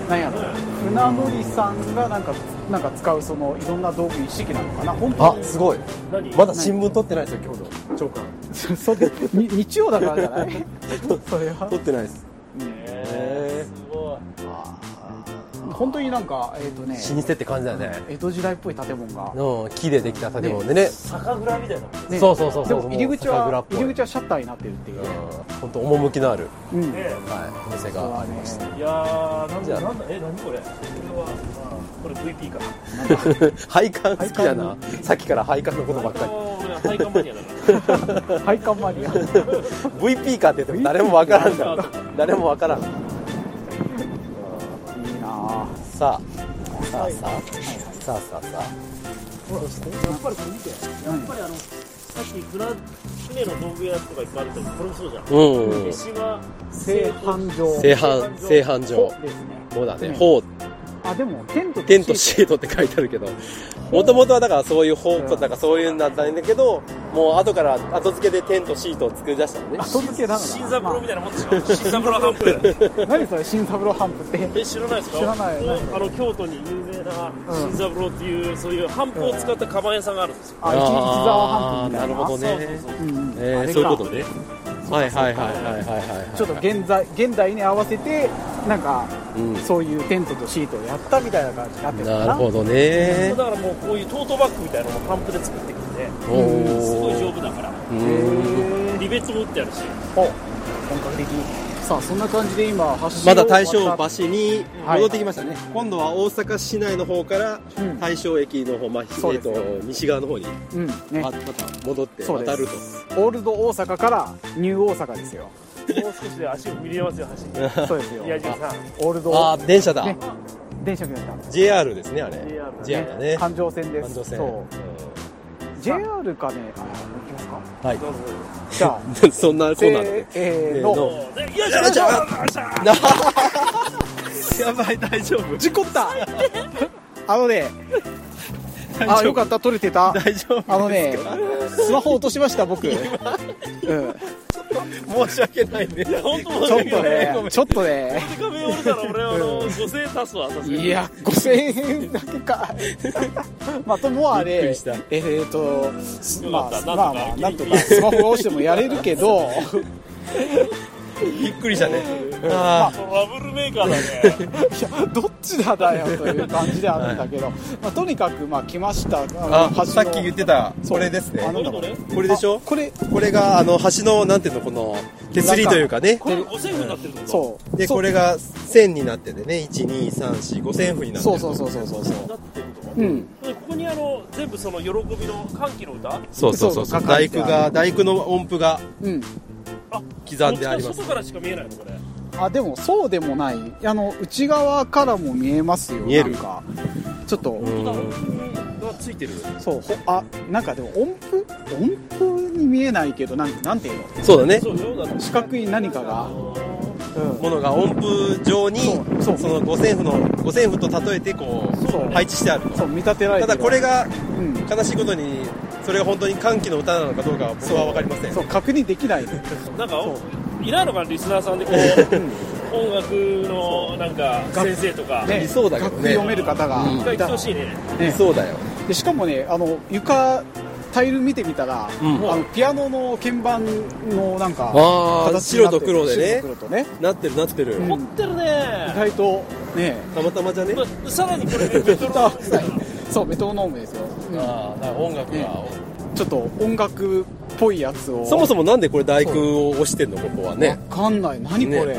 Speaker 4: なんやろ船乗りさんがなんかなんか使うそのいろんな道具一式なのかな本当
Speaker 3: あ
Speaker 4: に
Speaker 3: すごい
Speaker 2: 何
Speaker 3: まだ新聞取ってないですよ今日の長官
Speaker 4: そうでに日曜だからじゃない それは
Speaker 3: 取ってないです
Speaker 2: えーすごい
Speaker 3: あ
Speaker 4: 本当になんかえっ、とね
Speaker 3: 老舗って感じだよね
Speaker 4: 江戸時代っぽい建物が、
Speaker 3: うん木でできた建物でね
Speaker 2: 酒蔵みたいなもんね
Speaker 4: ね
Speaker 3: そうそうそうそう
Speaker 4: でも入り口
Speaker 3: もう酒蔵
Speaker 4: は
Speaker 3: っぽい
Speaker 4: 入り口はシャッターになってるっていう、
Speaker 3: 本当趣のある、
Speaker 4: うん
Speaker 3: はい、お店がありました
Speaker 2: いやーなん
Speaker 3: じゃ
Speaker 2: だ
Speaker 3: あ
Speaker 2: なんだえ何これこれはあーこれ VP か
Speaker 3: 配管好きだなさっきから配管のことばっかり
Speaker 2: もう俺配管マニアだか
Speaker 4: 配管マニア
Speaker 3: VP かって言っても誰もわからんから誰もわからん
Speaker 4: いいな
Speaker 3: さあさあさあさあさあさ
Speaker 2: らやっぱりこれ見てやっぱりあのさっき船船の道具屋とかいっぱいあるけどこれもそうじゃん
Speaker 3: あうん
Speaker 2: 江島
Speaker 5: 正反上
Speaker 3: 正反正反上
Speaker 5: ですね
Speaker 3: もうだね「ほう」
Speaker 4: あでもテント
Speaker 3: テントシートって書いてあるけどもともとはだからそういう方向だからそういうんだったんだけどもう後から後付けでテントシートを作り出したのね
Speaker 4: 後付けなのかな
Speaker 2: 新三郎みたいなもんでしょ新三郎ハンプだよ
Speaker 4: まあ何それ新三郎ハンプって
Speaker 2: え知らないですか
Speaker 4: 知らない
Speaker 2: ここあの京都に有名な
Speaker 4: うん
Speaker 2: 新三郎っていうそういうハンプを使ったカバン屋さんがあるんですよ
Speaker 4: あ一一沢ハンプみたい
Speaker 3: あーなる
Speaker 4: な
Speaker 3: ほどね
Speaker 2: そうそう
Speaker 4: うんうん
Speaker 3: え
Speaker 4: あれ
Speaker 3: ーそ
Speaker 4: か
Speaker 3: ういうことねはいはいはいはいはいはいはい
Speaker 4: ちょっと現在現代に合わせてなんか
Speaker 3: うん
Speaker 4: そういうテントとシートをやったみたいな感じになってるのか
Speaker 3: な
Speaker 4: な
Speaker 3: るほどね
Speaker 2: だからもうこういうトートバッグみたいなのもハンプで作ってきてね
Speaker 3: おー
Speaker 2: すごい丈夫だから
Speaker 3: う
Speaker 4: へ
Speaker 3: ん
Speaker 4: ー
Speaker 2: リベットも打ってあるし
Speaker 4: お本格的さあそんな感じで今発信
Speaker 3: まだ大正橋に
Speaker 4: はい
Speaker 3: 戻ってきましたね、今度は大阪市内の方から
Speaker 4: うん
Speaker 3: 大正駅の方、まあ
Speaker 4: そう
Speaker 3: え
Speaker 4: で
Speaker 3: っ
Speaker 4: す
Speaker 3: と
Speaker 4: よ
Speaker 3: 西側の方にま
Speaker 4: うん
Speaker 3: ま
Speaker 4: ね
Speaker 3: た戻って
Speaker 4: そうです
Speaker 3: 渡ると
Speaker 4: オールド大阪からニュー大阪 ですよ
Speaker 2: もう少しで足を踏み入れますよ
Speaker 4: そうですよ
Speaker 2: 橋いやじさん
Speaker 4: オールド
Speaker 3: あー電車だ、
Speaker 4: ね電車来ました
Speaker 3: JR ですねあれ
Speaker 2: JR だね
Speaker 3: JR だね
Speaker 4: 環状線です
Speaker 3: 環状線
Speaker 4: そう
Speaker 3: う
Speaker 4: JR かねあ 行きますか
Speaker 3: んはい
Speaker 2: どうぞ
Speaker 4: じゃあ
Speaker 3: そんなそうなんだねせ
Speaker 4: せー
Speaker 3: ーの
Speaker 4: の
Speaker 2: どうぞでよいしょよいしょよいしょ
Speaker 3: やばい大丈夫
Speaker 4: 事故 ったあのね あよかった撮れてた
Speaker 3: 大丈夫
Speaker 4: あのねスマホ落としました僕、うん、ち
Speaker 3: 申し訳ないね
Speaker 2: 本当
Speaker 4: ょっと ねちょっとね
Speaker 2: カメ折れたら俺あの5000円足すわさすがに
Speaker 4: いや5000円だけか まあともあ
Speaker 3: びっく
Speaker 4: れ
Speaker 3: りした
Speaker 4: えー、とま
Speaker 2: よかっ
Speaker 4: あ
Speaker 2: た
Speaker 4: まあまあな
Speaker 2: なんん
Speaker 4: と
Speaker 2: とか
Speaker 4: かスマホ押してもやれるけど
Speaker 3: びっくりしたね
Speaker 2: あ
Speaker 3: あ
Speaker 2: バブルメーカーだね
Speaker 4: いやどっちだだよという感じであるんだけど、まあ、とにかくまあ来ましたあ
Speaker 3: ー
Speaker 4: の
Speaker 3: あ
Speaker 4: 橋の
Speaker 3: さっき言ってたこれですね
Speaker 4: あの
Speaker 2: どれ
Speaker 3: これでしょ
Speaker 4: あこれ
Speaker 3: これがあの橋のなんていうのこの手すりというかね
Speaker 2: これ5000円になってるってこと
Speaker 4: そう
Speaker 3: で
Speaker 4: そう
Speaker 3: これが線になっててね12345線譜になって
Speaker 4: そ
Speaker 3: る
Speaker 4: うそうそうそうそうそう
Speaker 2: なってるってこ
Speaker 4: うん
Speaker 2: とでここにあの全部その喜びの歓喜の歌
Speaker 3: そうそうそう
Speaker 4: そう書かれ
Speaker 3: 大
Speaker 4: て
Speaker 3: 工
Speaker 4: ある
Speaker 3: が大工の音符が
Speaker 4: うん
Speaker 2: あ
Speaker 3: 刻んであります
Speaker 2: 外からしか見えないのこれ
Speaker 4: あでもそうでもないあの内側からも見えますよ
Speaker 3: 見える
Speaker 4: なんかちょっと、
Speaker 2: がついてる
Speaker 4: そうほあなんかでも音符音符に見えないけどなんなんていうの
Speaker 3: そうだね
Speaker 2: そうよだって
Speaker 4: 四角い何かが、
Speaker 3: ものが音符上に
Speaker 4: そ
Speaker 3: そう
Speaker 4: そう
Speaker 3: の五線譜の五線譜と例えてこう
Speaker 4: そう
Speaker 3: 配置してあると
Speaker 4: そう見立てられ
Speaker 3: た
Speaker 4: て
Speaker 3: だ
Speaker 4: る
Speaker 3: これ、が
Speaker 4: うん、
Speaker 3: 悲しいことにそれが本当に歓喜の歌なのかどうかは僕は分かりません
Speaker 4: そう確認できないの
Speaker 2: なんか
Speaker 4: そ
Speaker 2: いないのかなリスナーさんでこう音楽のなんか先生とか
Speaker 4: ね
Speaker 3: 理想だけどね
Speaker 4: 楽譜読める方が、
Speaker 3: うん
Speaker 2: 一
Speaker 4: い
Speaker 2: 回来
Speaker 4: た
Speaker 2: てほしいね
Speaker 4: ね
Speaker 3: そうだよ
Speaker 4: でしかもねあの床タイル見てみたら、
Speaker 3: ん
Speaker 4: あのピアノの鍵盤のなんか
Speaker 3: あー
Speaker 4: 形になっ
Speaker 3: 白と
Speaker 4: てる
Speaker 3: 黒でね
Speaker 4: 白と黒とね
Speaker 3: なってるなってる
Speaker 4: うん
Speaker 2: 持ってる
Speaker 4: 意
Speaker 2: ね
Speaker 4: 外とね
Speaker 3: たまたまじゃね
Speaker 2: まさらにこれねメトロノームだよ
Speaker 4: そうメトロノームですよ、うん
Speaker 3: ああ音楽
Speaker 4: ねちょっと音楽っぽいやつを
Speaker 3: そもそもなんでこれ大工を押してんのここはね
Speaker 4: わかんない何これ、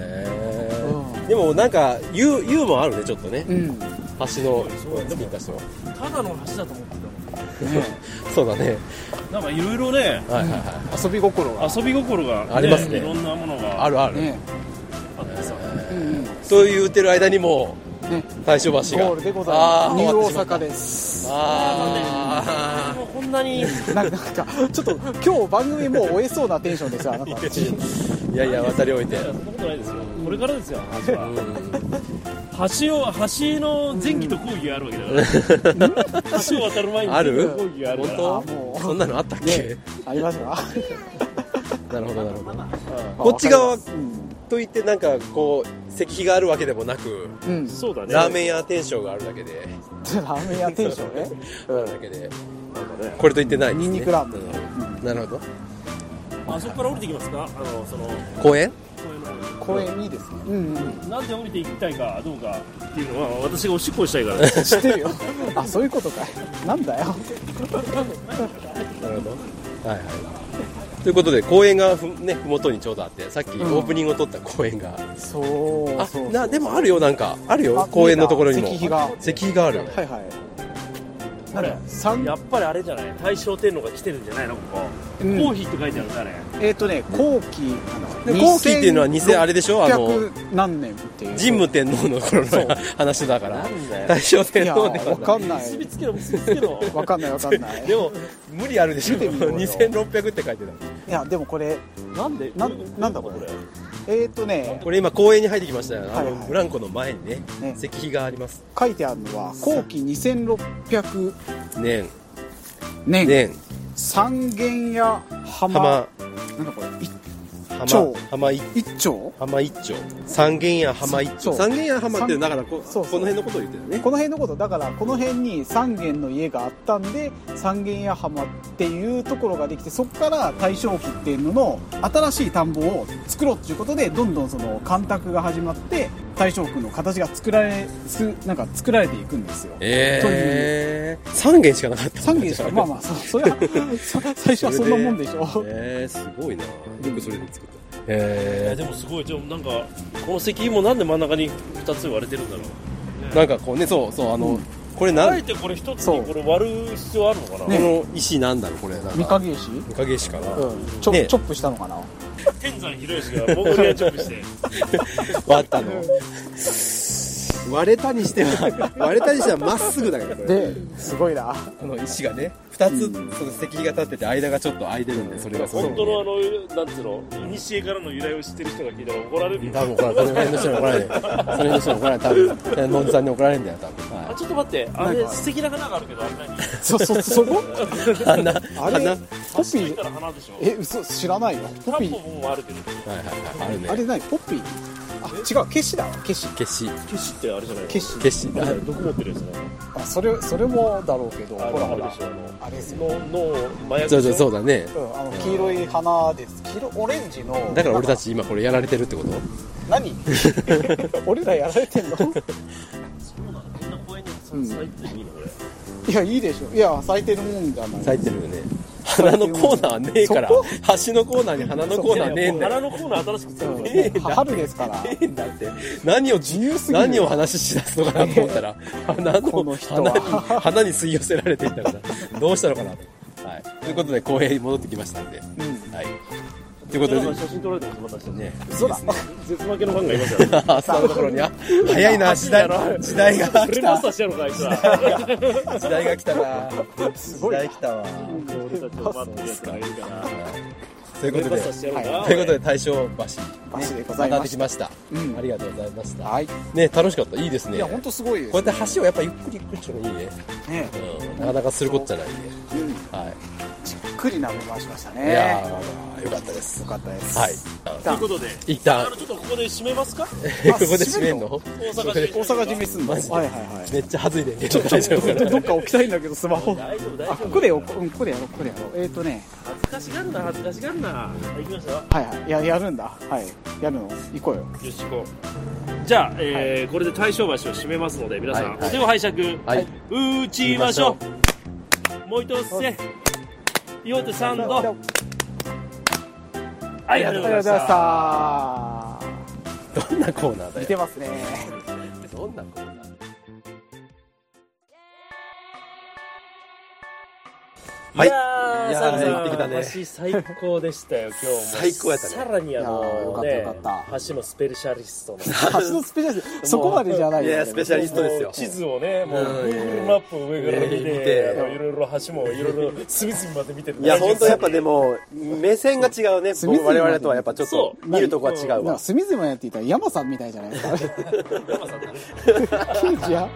Speaker 3: え
Speaker 4: うん
Speaker 3: でもなんかユーユーもあるねちょっとね
Speaker 4: うんね
Speaker 3: 橋の作った人は
Speaker 2: ただの橋だと思って
Speaker 3: そうだね
Speaker 2: たなんかいろいろね
Speaker 3: はいはいは
Speaker 4: 遊び心が
Speaker 2: 遊び心が
Speaker 3: ありますね
Speaker 2: いろんなもの
Speaker 3: い
Speaker 2: が
Speaker 3: あるある
Speaker 4: ね
Speaker 2: あってさ
Speaker 4: うんうんね
Speaker 3: そういう言ってる間にもう大正橋が
Speaker 4: ゴールでございますニュー大阪
Speaker 3: で
Speaker 4: です
Speaker 3: あ
Speaker 2: もうこんなに
Speaker 4: なん かなんかちょっと今日番組もう終えそうなテンションですよあなた
Speaker 3: ーいやいや渡り終えて
Speaker 2: そんなことないですよこれからですよ橋は
Speaker 3: うん
Speaker 2: 橋を橋の前期と後期があるわけだから橋を渡る前に
Speaker 3: ある
Speaker 2: 前期と後期があるから
Speaker 3: 本
Speaker 4: も
Speaker 3: 当
Speaker 4: う
Speaker 3: そんなのあったっけ
Speaker 4: ねありますか
Speaker 3: なるほどなるほど
Speaker 4: こ
Speaker 3: こっち側
Speaker 4: うん、
Speaker 3: といってなんかこう石碑があるわけでもなく
Speaker 4: うん、
Speaker 2: そうだね
Speaker 3: ラーメン屋テンションがあるだけで
Speaker 4: ラーメン屋テンションね
Speaker 3: あるだけでこれといってないですね
Speaker 4: ニンニクラーメン
Speaker 3: うんなるほど
Speaker 2: あそこから降りてきますかあのその
Speaker 3: 公園
Speaker 2: 公園の方に
Speaker 4: 公園にですね、うんうん、
Speaker 2: なんで降りていきたいかどうかっていうのは、私がおしっこしたいから、ね、
Speaker 4: 知ってるよあそういうことかなんだよ
Speaker 3: なるほど。はいはい。ということで、公園がふ、ね、ふもとにちょうどあって、さっきオ
Speaker 4: ん
Speaker 3: ープニングを撮った公園が。
Speaker 4: そう
Speaker 3: あ
Speaker 4: そう、
Speaker 3: な、でもあるよ、なんか。あるよ
Speaker 4: あ、
Speaker 3: 公園のところにも。
Speaker 4: 見えた石碑が
Speaker 3: 石碑がある。
Speaker 4: はいはい
Speaker 2: あれ
Speaker 4: 三
Speaker 2: やっぱりあれじゃない、大正天皇が来てるんじゃないの、ここ、
Speaker 4: うん
Speaker 2: コーヒーって書いてあるんだね、
Speaker 4: えっ、とね後期なんだ
Speaker 3: で後期っていうのは2000あれでしょあの
Speaker 4: 600何年っていう
Speaker 3: 神武天皇の頃の話だから。
Speaker 2: んだ
Speaker 3: 大、正
Speaker 4: い
Speaker 3: 天
Speaker 4: や
Speaker 3: 皇 で
Speaker 4: わ
Speaker 3: は
Speaker 4: かんな
Speaker 2: 結び
Speaker 4: い
Speaker 2: つけろ、結びつけろ、
Speaker 4: わかんないわかんな
Speaker 3: ないい。でも、無理あるでしょ。
Speaker 4: 見てみようよ
Speaker 3: 2600って書いてた。
Speaker 4: いやでもこれ
Speaker 2: なんで、
Speaker 4: なんなんだこれえっ、とね
Speaker 3: これ今公園に入ってきましたよ。あ
Speaker 4: はい
Speaker 3: の
Speaker 4: はい
Speaker 3: ブランコの前にね
Speaker 4: ね、
Speaker 3: 石碑があります。
Speaker 4: 書いてあるのは後期2600
Speaker 3: 年、
Speaker 4: 年、
Speaker 3: 年、
Speaker 4: 三軒屋浜
Speaker 3: 浜、
Speaker 4: なんだこれい
Speaker 3: 浜
Speaker 4: 町、
Speaker 3: 浜一
Speaker 4: 一丁
Speaker 3: 浜一丁三軒家浜一丁
Speaker 4: そう
Speaker 3: 三軒家浜ってだからこ
Speaker 4: そうそう
Speaker 3: この辺のことを言ってるね
Speaker 4: この辺のことだからこの辺に三軒の家があったんで三軒屋浜っていうところができてそこから大正期っていうのの新しい田んぼを作ろうっていうことでどんどんその干拓が始まって大正区の形が作られすなんか作られていくんですよ
Speaker 3: ええ三軒しかなかった
Speaker 4: 三軒し かまあまあそそれはそ最初はそんなもんでしょ
Speaker 3: あええすごいなよくそれで作った
Speaker 2: えー
Speaker 3: え
Speaker 2: でもすごい、でもなんか、この石碑もなんで真ん中に2つ割れてるんだろう、
Speaker 3: えなんかこうねそうそうあのこれな
Speaker 2: あ
Speaker 3: ん
Speaker 2: え
Speaker 3: こ
Speaker 2: てこれ1つ
Speaker 4: そう
Speaker 2: にこれ割る必要あるのかな、
Speaker 3: の石なんだろうこれなん
Speaker 4: 三
Speaker 3: か
Speaker 4: 影石
Speaker 3: 三影石かな
Speaker 4: うんちょ、
Speaker 3: ね
Speaker 4: チョップしたのかな
Speaker 2: 天山広吉が僕にチョップして、
Speaker 3: 割ったの割れたにしては割れたにしてはまっすぐだけどこれ
Speaker 4: ですごいな
Speaker 3: この石がね二つその石碑が立ってて間がちょっと空いてるんでそれがそういう
Speaker 2: 本当のあの、なんつうの、古からの由来を知ってる人が聞いたら怒られる
Speaker 3: 多分怒られる。その辺の人に怒られる。その辺の人に怒られる。多分。のんさんに怒られるんだよ、多分。
Speaker 2: あ
Speaker 3: は
Speaker 2: ちょっと待って、あれ
Speaker 4: なん、か
Speaker 2: 素敵な花があるけど、あれ何
Speaker 4: そそそこ
Speaker 3: い。花。はい
Speaker 4: あれ
Speaker 3: 花
Speaker 4: ポピ
Speaker 2: 聞い
Speaker 4: ー
Speaker 2: たら花でしょ、
Speaker 4: え嘘知らないよポ
Speaker 2: タ
Speaker 4: ピ
Speaker 2: ン
Speaker 4: ー
Speaker 2: ポポもあるけど、
Speaker 3: はいはい。あるね。
Speaker 4: あれ何ポッピーあ違うケシだわケシ
Speaker 3: 消し。
Speaker 2: 消しってあれじゃない
Speaker 4: ケシ
Speaker 3: 消し。
Speaker 2: あれ毒持ってるやつだね
Speaker 4: あそれそれもだろうけど
Speaker 2: あ
Speaker 4: ほらほら
Speaker 2: あれでしょあの
Speaker 4: あれですよ
Speaker 2: の脳麻薬
Speaker 3: そうそうそううだね。
Speaker 4: うんあの黄色い花です黄色オレンジの
Speaker 3: だから俺た
Speaker 4: ち
Speaker 3: ち今これやられてるってこと
Speaker 4: 何 俺らやられてんの
Speaker 2: なのこんな公園に
Speaker 4: うん
Speaker 2: 咲いてるのこれ
Speaker 4: いやいいでしょいや咲いてるもんじゃない
Speaker 3: 咲いてるよね。花のコーナーはねえから
Speaker 4: そこ。
Speaker 3: 橋のコーナーに花のコーナーねえんだよ。
Speaker 2: 花のコーナー新しく作る
Speaker 4: うんは春ですから
Speaker 3: ねえんだって何を自由すぎ何を話ししだすのかなと思ったら花
Speaker 4: こ
Speaker 3: の
Speaker 4: の人
Speaker 3: 花
Speaker 4: は
Speaker 3: に花に吸い寄せられていったからどうしたのかなと、はい、ということで公園に戻ってきましたんで、
Speaker 4: ん
Speaker 3: はいということで
Speaker 2: 写真撮られてもまたしてね
Speaker 3: ね
Speaker 4: そうだ
Speaker 2: 絶負けのファンがいますよ
Speaker 3: 朝のところにあ早いな時代時代が
Speaker 2: そ
Speaker 3: 来
Speaker 2: れマスタ
Speaker 3: た
Speaker 2: ーしてやろうかあいつら
Speaker 3: 時代が来たな時代来たわ
Speaker 2: 俺たちを待ってるやつがいるから
Speaker 3: という
Speaker 2: それマス
Speaker 3: ことで
Speaker 2: ターしてやろうか
Speaker 3: ということで大正橋
Speaker 4: 橋でござ
Speaker 3: 上
Speaker 4: い
Speaker 3: がっ
Speaker 4: ま
Speaker 3: てき
Speaker 4: し
Speaker 3: ました
Speaker 4: うん
Speaker 3: ありがとうございました
Speaker 4: はい
Speaker 3: ね楽しかったいいですね
Speaker 4: いや本当すごいで
Speaker 3: こ
Speaker 4: す
Speaker 3: うやって橋をやっぱゆっくりゆっくりしてもいいね、
Speaker 4: ね
Speaker 3: うん、なかなかすることじゃないんで、
Speaker 4: うん
Speaker 3: は
Speaker 4: じっくり眺めましました
Speaker 3: い、いや
Speaker 4: ね
Speaker 3: ーよかったです
Speaker 4: よかったです
Speaker 3: はい
Speaker 2: ということで
Speaker 3: 一
Speaker 2: あ
Speaker 3: 旦
Speaker 2: のちょっとここで締めますか
Speaker 3: ここで締めんの
Speaker 2: 大阪締め
Speaker 4: 大阪締めすんのは
Speaker 3: マ
Speaker 4: い
Speaker 3: ジで
Speaker 4: はいはい
Speaker 3: めっちゃはずいでね大丈 夫か
Speaker 4: どっ
Speaker 3: な
Speaker 4: か置きたいんだけどスマホ
Speaker 2: 大丈夫大丈
Speaker 4: あ
Speaker 2: 夫
Speaker 4: ここでようんここでやろうここでやろうえっ、ー、とね
Speaker 2: 恥ずかしがるな恥ずかしがるなはい行きましたよ
Speaker 4: はいはいややるんだはいやるの行こうよ
Speaker 2: よし行こうじゃあ、えーこれで大正橋を締めますので皆さん、
Speaker 3: はいはい
Speaker 2: お手を拝借、
Speaker 3: はい
Speaker 2: 打ちましょうもう一つせ岩手サンドはいありがとうございました
Speaker 4: ありがとうご
Speaker 3: ど
Speaker 4: ざいま
Speaker 3: んなコーナーだ
Speaker 4: した見
Speaker 3: よ
Speaker 4: てますね
Speaker 3: どんなコーナーはい
Speaker 2: いやー、
Speaker 3: いや
Speaker 2: サ
Speaker 3: ー
Speaker 2: ルさん
Speaker 3: 行ってきたね
Speaker 2: 橋最高でしたよ、今日も。
Speaker 3: 最高やったね
Speaker 2: さらにあ
Speaker 4: いやーよか
Speaker 2: の、
Speaker 4: った
Speaker 2: ね
Speaker 4: よかっ、
Speaker 2: 橋のスペシャリストの。
Speaker 4: 橋のスペシャリストそこまでじゃない
Speaker 3: い
Speaker 4: よ
Speaker 3: やスペシャリストですよ
Speaker 2: 地図をね、もう、
Speaker 3: うん
Speaker 2: Google マップを上から見て、
Speaker 3: 見て
Speaker 2: あのいろいろ橋もいろいろ隅々まで見てる。
Speaker 3: いや本当やっぱでも目線が違うね
Speaker 4: 隅々ま
Speaker 3: 我
Speaker 4: で
Speaker 3: 々とはやっぱちょっと
Speaker 2: そう
Speaker 3: 見るとこは違う
Speaker 4: なん
Speaker 3: わ
Speaker 4: か隅々までやっていたら山さんみたいじゃないですか キムチや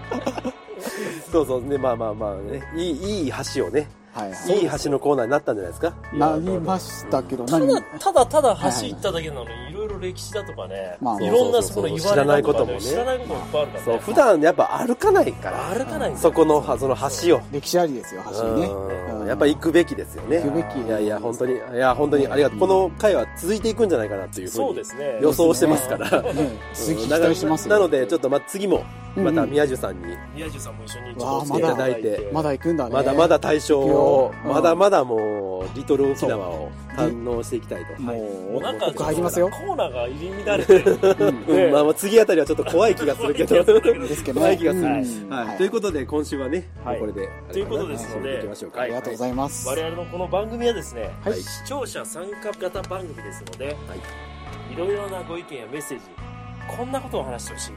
Speaker 3: そうそうねまあまあまあねいいいい橋をね
Speaker 4: はい
Speaker 3: いい橋のコーナーになったんじゃないですか
Speaker 4: なりましたけど
Speaker 2: た
Speaker 4: 何
Speaker 2: だ、ただただ走っただけなのに、いろいろ歴史だとかね、
Speaker 4: まあ
Speaker 2: いろんな
Speaker 3: そ
Speaker 2: そこの
Speaker 3: うそうそう
Speaker 2: 言われ
Speaker 3: 知らない
Speaker 2: た
Speaker 3: こと
Speaker 2: か
Speaker 3: もね
Speaker 2: ね知らないこともいっぱいあるから
Speaker 3: そう、
Speaker 2: ね。
Speaker 3: 普段やっぱ歩かないから、
Speaker 2: 歩かないんだよ
Speaker 3: そこの、その橋を。
Speaker 4: 歴史ありですよ橋にね
Speaker 3: う
Speaker 4: うんん
Speaker 3: やっぱ行くべきですよね。
Speaker 4: 行くべき
Speaker 3: いやいや、本当に、いや、本当にありがとう。この回は続いていくんじゃないかなっていうふ
Speaker 2: そう
Speaker 3: うに
Speaker 2: ですね。
Speaker 3: 予想してますから。
Speaker 4: ね続き
Speaker 3: うん
Speaker 4: 期
Speaker 3: だから
Speaker 4: 待してます
Speaker 3: なの
Speaker 4: よ
Speaker 3: で、ちょっとま、次も、また宮寿さんに、
Speaker 2: 宮地さんも一緒にち
Speaker 4: わ
Speaker 2: ょ
Speaker 4: あ
Speaker 2: っと来ていただいて。
Speaker 4: まだ行くんだね
Speaker 3: まだまだ大賞を、
Speaker 4: うん
Speaker 3: まだまだもう、リトル沖縄を堪能していきたいと。
Speaker 4: も
Speaker 2: もう
Speaker 4: う
Speaker 2: なんか、
Speaker 4: 僕入りますよ
Speaker 2: コーナーが入り乱れてる。
Speaker 3: う
Speaker 2: ね
Speaker 3: んまあまあ、次あたりはちょっと怖 い気がする けど。
Speaker 4: ですけど
Speaker 3: 怖い
Speaker 4: ね
Speaker 3: 気がする。
Speaker 4: うん
Speaker 3: は。
Speaker 4: はいい
Speaker 3: ということで、今週はね、
Speaker 2: はい
Speaker 3: もうこれで、
Speaker 2: ということですので
Speaker 3: 締めていきましょうか。
Speaker 2: は
Speaker 4: ありがとうございます
Speaker 2: 我々のこの番組はですね、
Speaker 4: はい
Speaker 2: 視聴者参加型番組ですので、い、ろいろなご意見やメッセージこんなことを話してほしい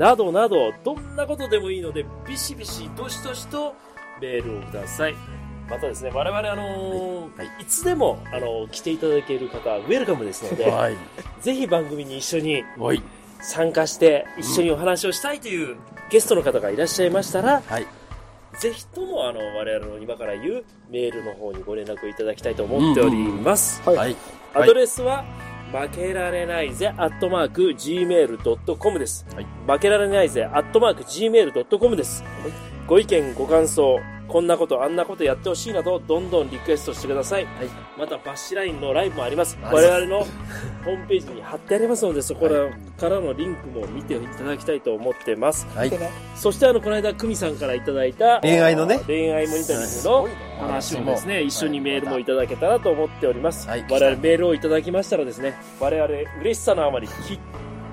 Speaker 2: などなどどんなことでもいいのでビシビシどしどしとメールをくださいまたですね我々あのー
Speaker 3: はい
Speaker 2: い
Speaker 3: は
Speaker 2: つでも、あのー来ていただける方はウェルカムですので、
Speaker 3: はい。
Speaker 2: ぜひ番組に一緒に
Speaker 3: はい。
Speaker 2: 参加して一緒にお話をしたいというゲストの方がいらっしゃいましたら、
Speaker 3: はい
Speaker 2: ぜひともあの我々の今から言うメールの方にご連絡いただきたいと思っております、
Speaker 4: はい
Speaker 3: はい。
Speaker 2: アドレスは、負けられないぜ、アットマーク、gmail.com です。
Speaker 3: はい
Speaker 2: 負けられないぜ、アットマーク、gmail.com です。ご意見、ご感想、こんなこと、あんなことやってほしいなど、どんどんリクエストしてください。また、バッシュラインのライブもあります。
Speaker 3: りま
Speaker 2: 我
Speaker 3: す
Speaker 2: 々のホームページに貼ってありますので、そこらからのリンクも見ていただきたいと思ってます。
Speaker 3: はい。
Speaker 2: そして、あの、この間、久美さんからいただいた、
Speaker 3: 恋愛のね
Speaker 2: 恋愛モニタリングの、話をですね、一緒にメールもいただけたらと思っております。
Speaker 3: はい
Speaker 2: 我々メールをいただきましたらですね、我々嬉しさのあまりきっ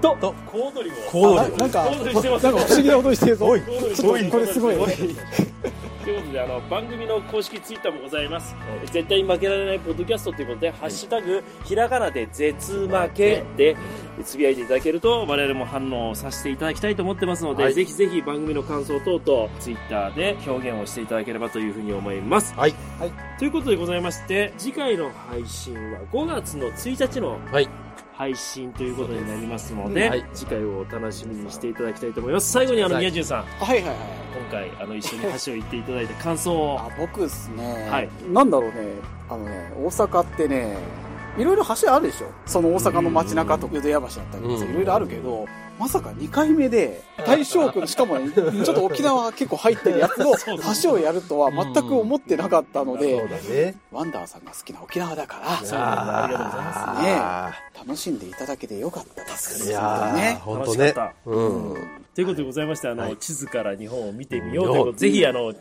Speaker 2: と、
Speaker 3: と
Speaker 2: 小躍りを。
Speaker 3: 小躍り
Speaker 4: あななんか
Speaker 2: 小躍りしてます
Speaker 4: なんか不思議なことしてるぞ
Speaker 3: おい
Speaker 4: ち
Speaker 2: 小躍りして
Speaker 4: ょ
Speaker 2: ま
Speaker 4: っとこれすごいね
Speaker 2: ということで、あの、番組の公式ツイッターもございます。絶対に負けられないポッドキャストということで、ハッシュタグ、ひらがなで絶負けで、つぶやいていただけると、我々も反応させていただきたいと思ってますので、
Speaker 3: はい
Speaker 2: ぜひぜひ番組の感想等々、ツイッターで表現をしていただければというふうに思います。
Speaker 3: はい。
Speaker 2: ということでございまして次回の配信は5月の1日の
Speaker 3: はい
Speaker 2: 配信ということになりますので、
Speaker 3: はい
Speaker 2: 次回をお楽しみにしていただきたいと思います最後にあの
Speaker 3: はい
Speaker 2: 宮中さん
Speaker 4: はいはいはい
Speaker 2: 今回あの一緒に橋を行っていただいた感想を
Speaker 4: あ僕ですね、
Speaker 2: はい
Speaker 4: なんだろうねあのね大阪ってねいろいろ橋あるでしょその大阪の街中とか淀屋橋だったりとか
Speaker 3: うん
Speaker 4: いろいろあるけどまさか2回目で大正区のし かもねちょっと沖縄結構入ってるやつの橋をやるとは全く思ってなかったので
Speaker 3: だね。
Speaker 4: ワンダーさんが好きな沖縄だから
Speaker 2: そうありがとうございます
Speaker 4: ね楽しんでいただけてよかったです
Speaker 3: いやー、
Speaker 4: ね
Speaker 3: 本当
Speaker 2: 楽
Speaker 3: ね
Speaker 2: しかっ。た
Speaker 3: うん。
Speaker 2: ということでございましてあの、
Speaker 3: はい
Speaker 2: 地図から日本を見てみようということでぜひあの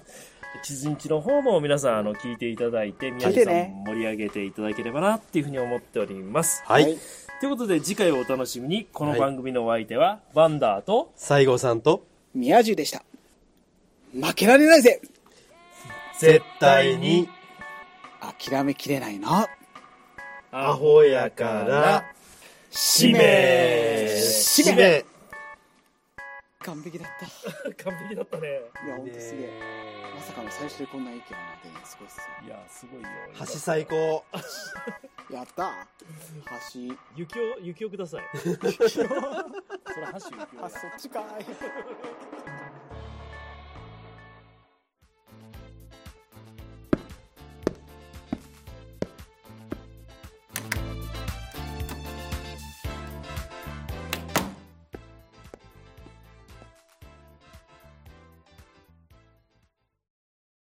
Speaker 2: 地図日の方も皆さんあの聞いていただいて宮中
Speaker 4: 聞い
Speaker 2: さ
Speaker 4: て
Speaker 2: ん
Speaker 4: ね
Speaker 2: 盛り上げていただければなっていうふうに思っております
Speaker 3: はい。
Speaker 2: ということで次回をお楽しみにこ
Speaker 3: は
Speaker 2: の
Speaker 3: い
Speaker 2: 番組のお相手は、ワンダーと
Speaker 3: 西郷さんと、
Speaker 4: 宮中でした負けられないぜ
Speaker 3: 絶対に、
Speaker 4: 諦めきれないな
Speaker 2: ア
Speaker 3: ホやから、
Speaker 4: 使命使命完璧だった
Speaker 2: 完璧だったね
Speaker 4: いや、ほんとすげえ。まさかの最初でこんな意見を出て、すごいっす
Speaker 2: いやすごいよ
Speaker 3: 橋最高。
Speaker 4: よ。やったー橋。
Speaker 2: 雪を雪をくださいそれ箸雪を
Speaker 4: あ、そっちかーい。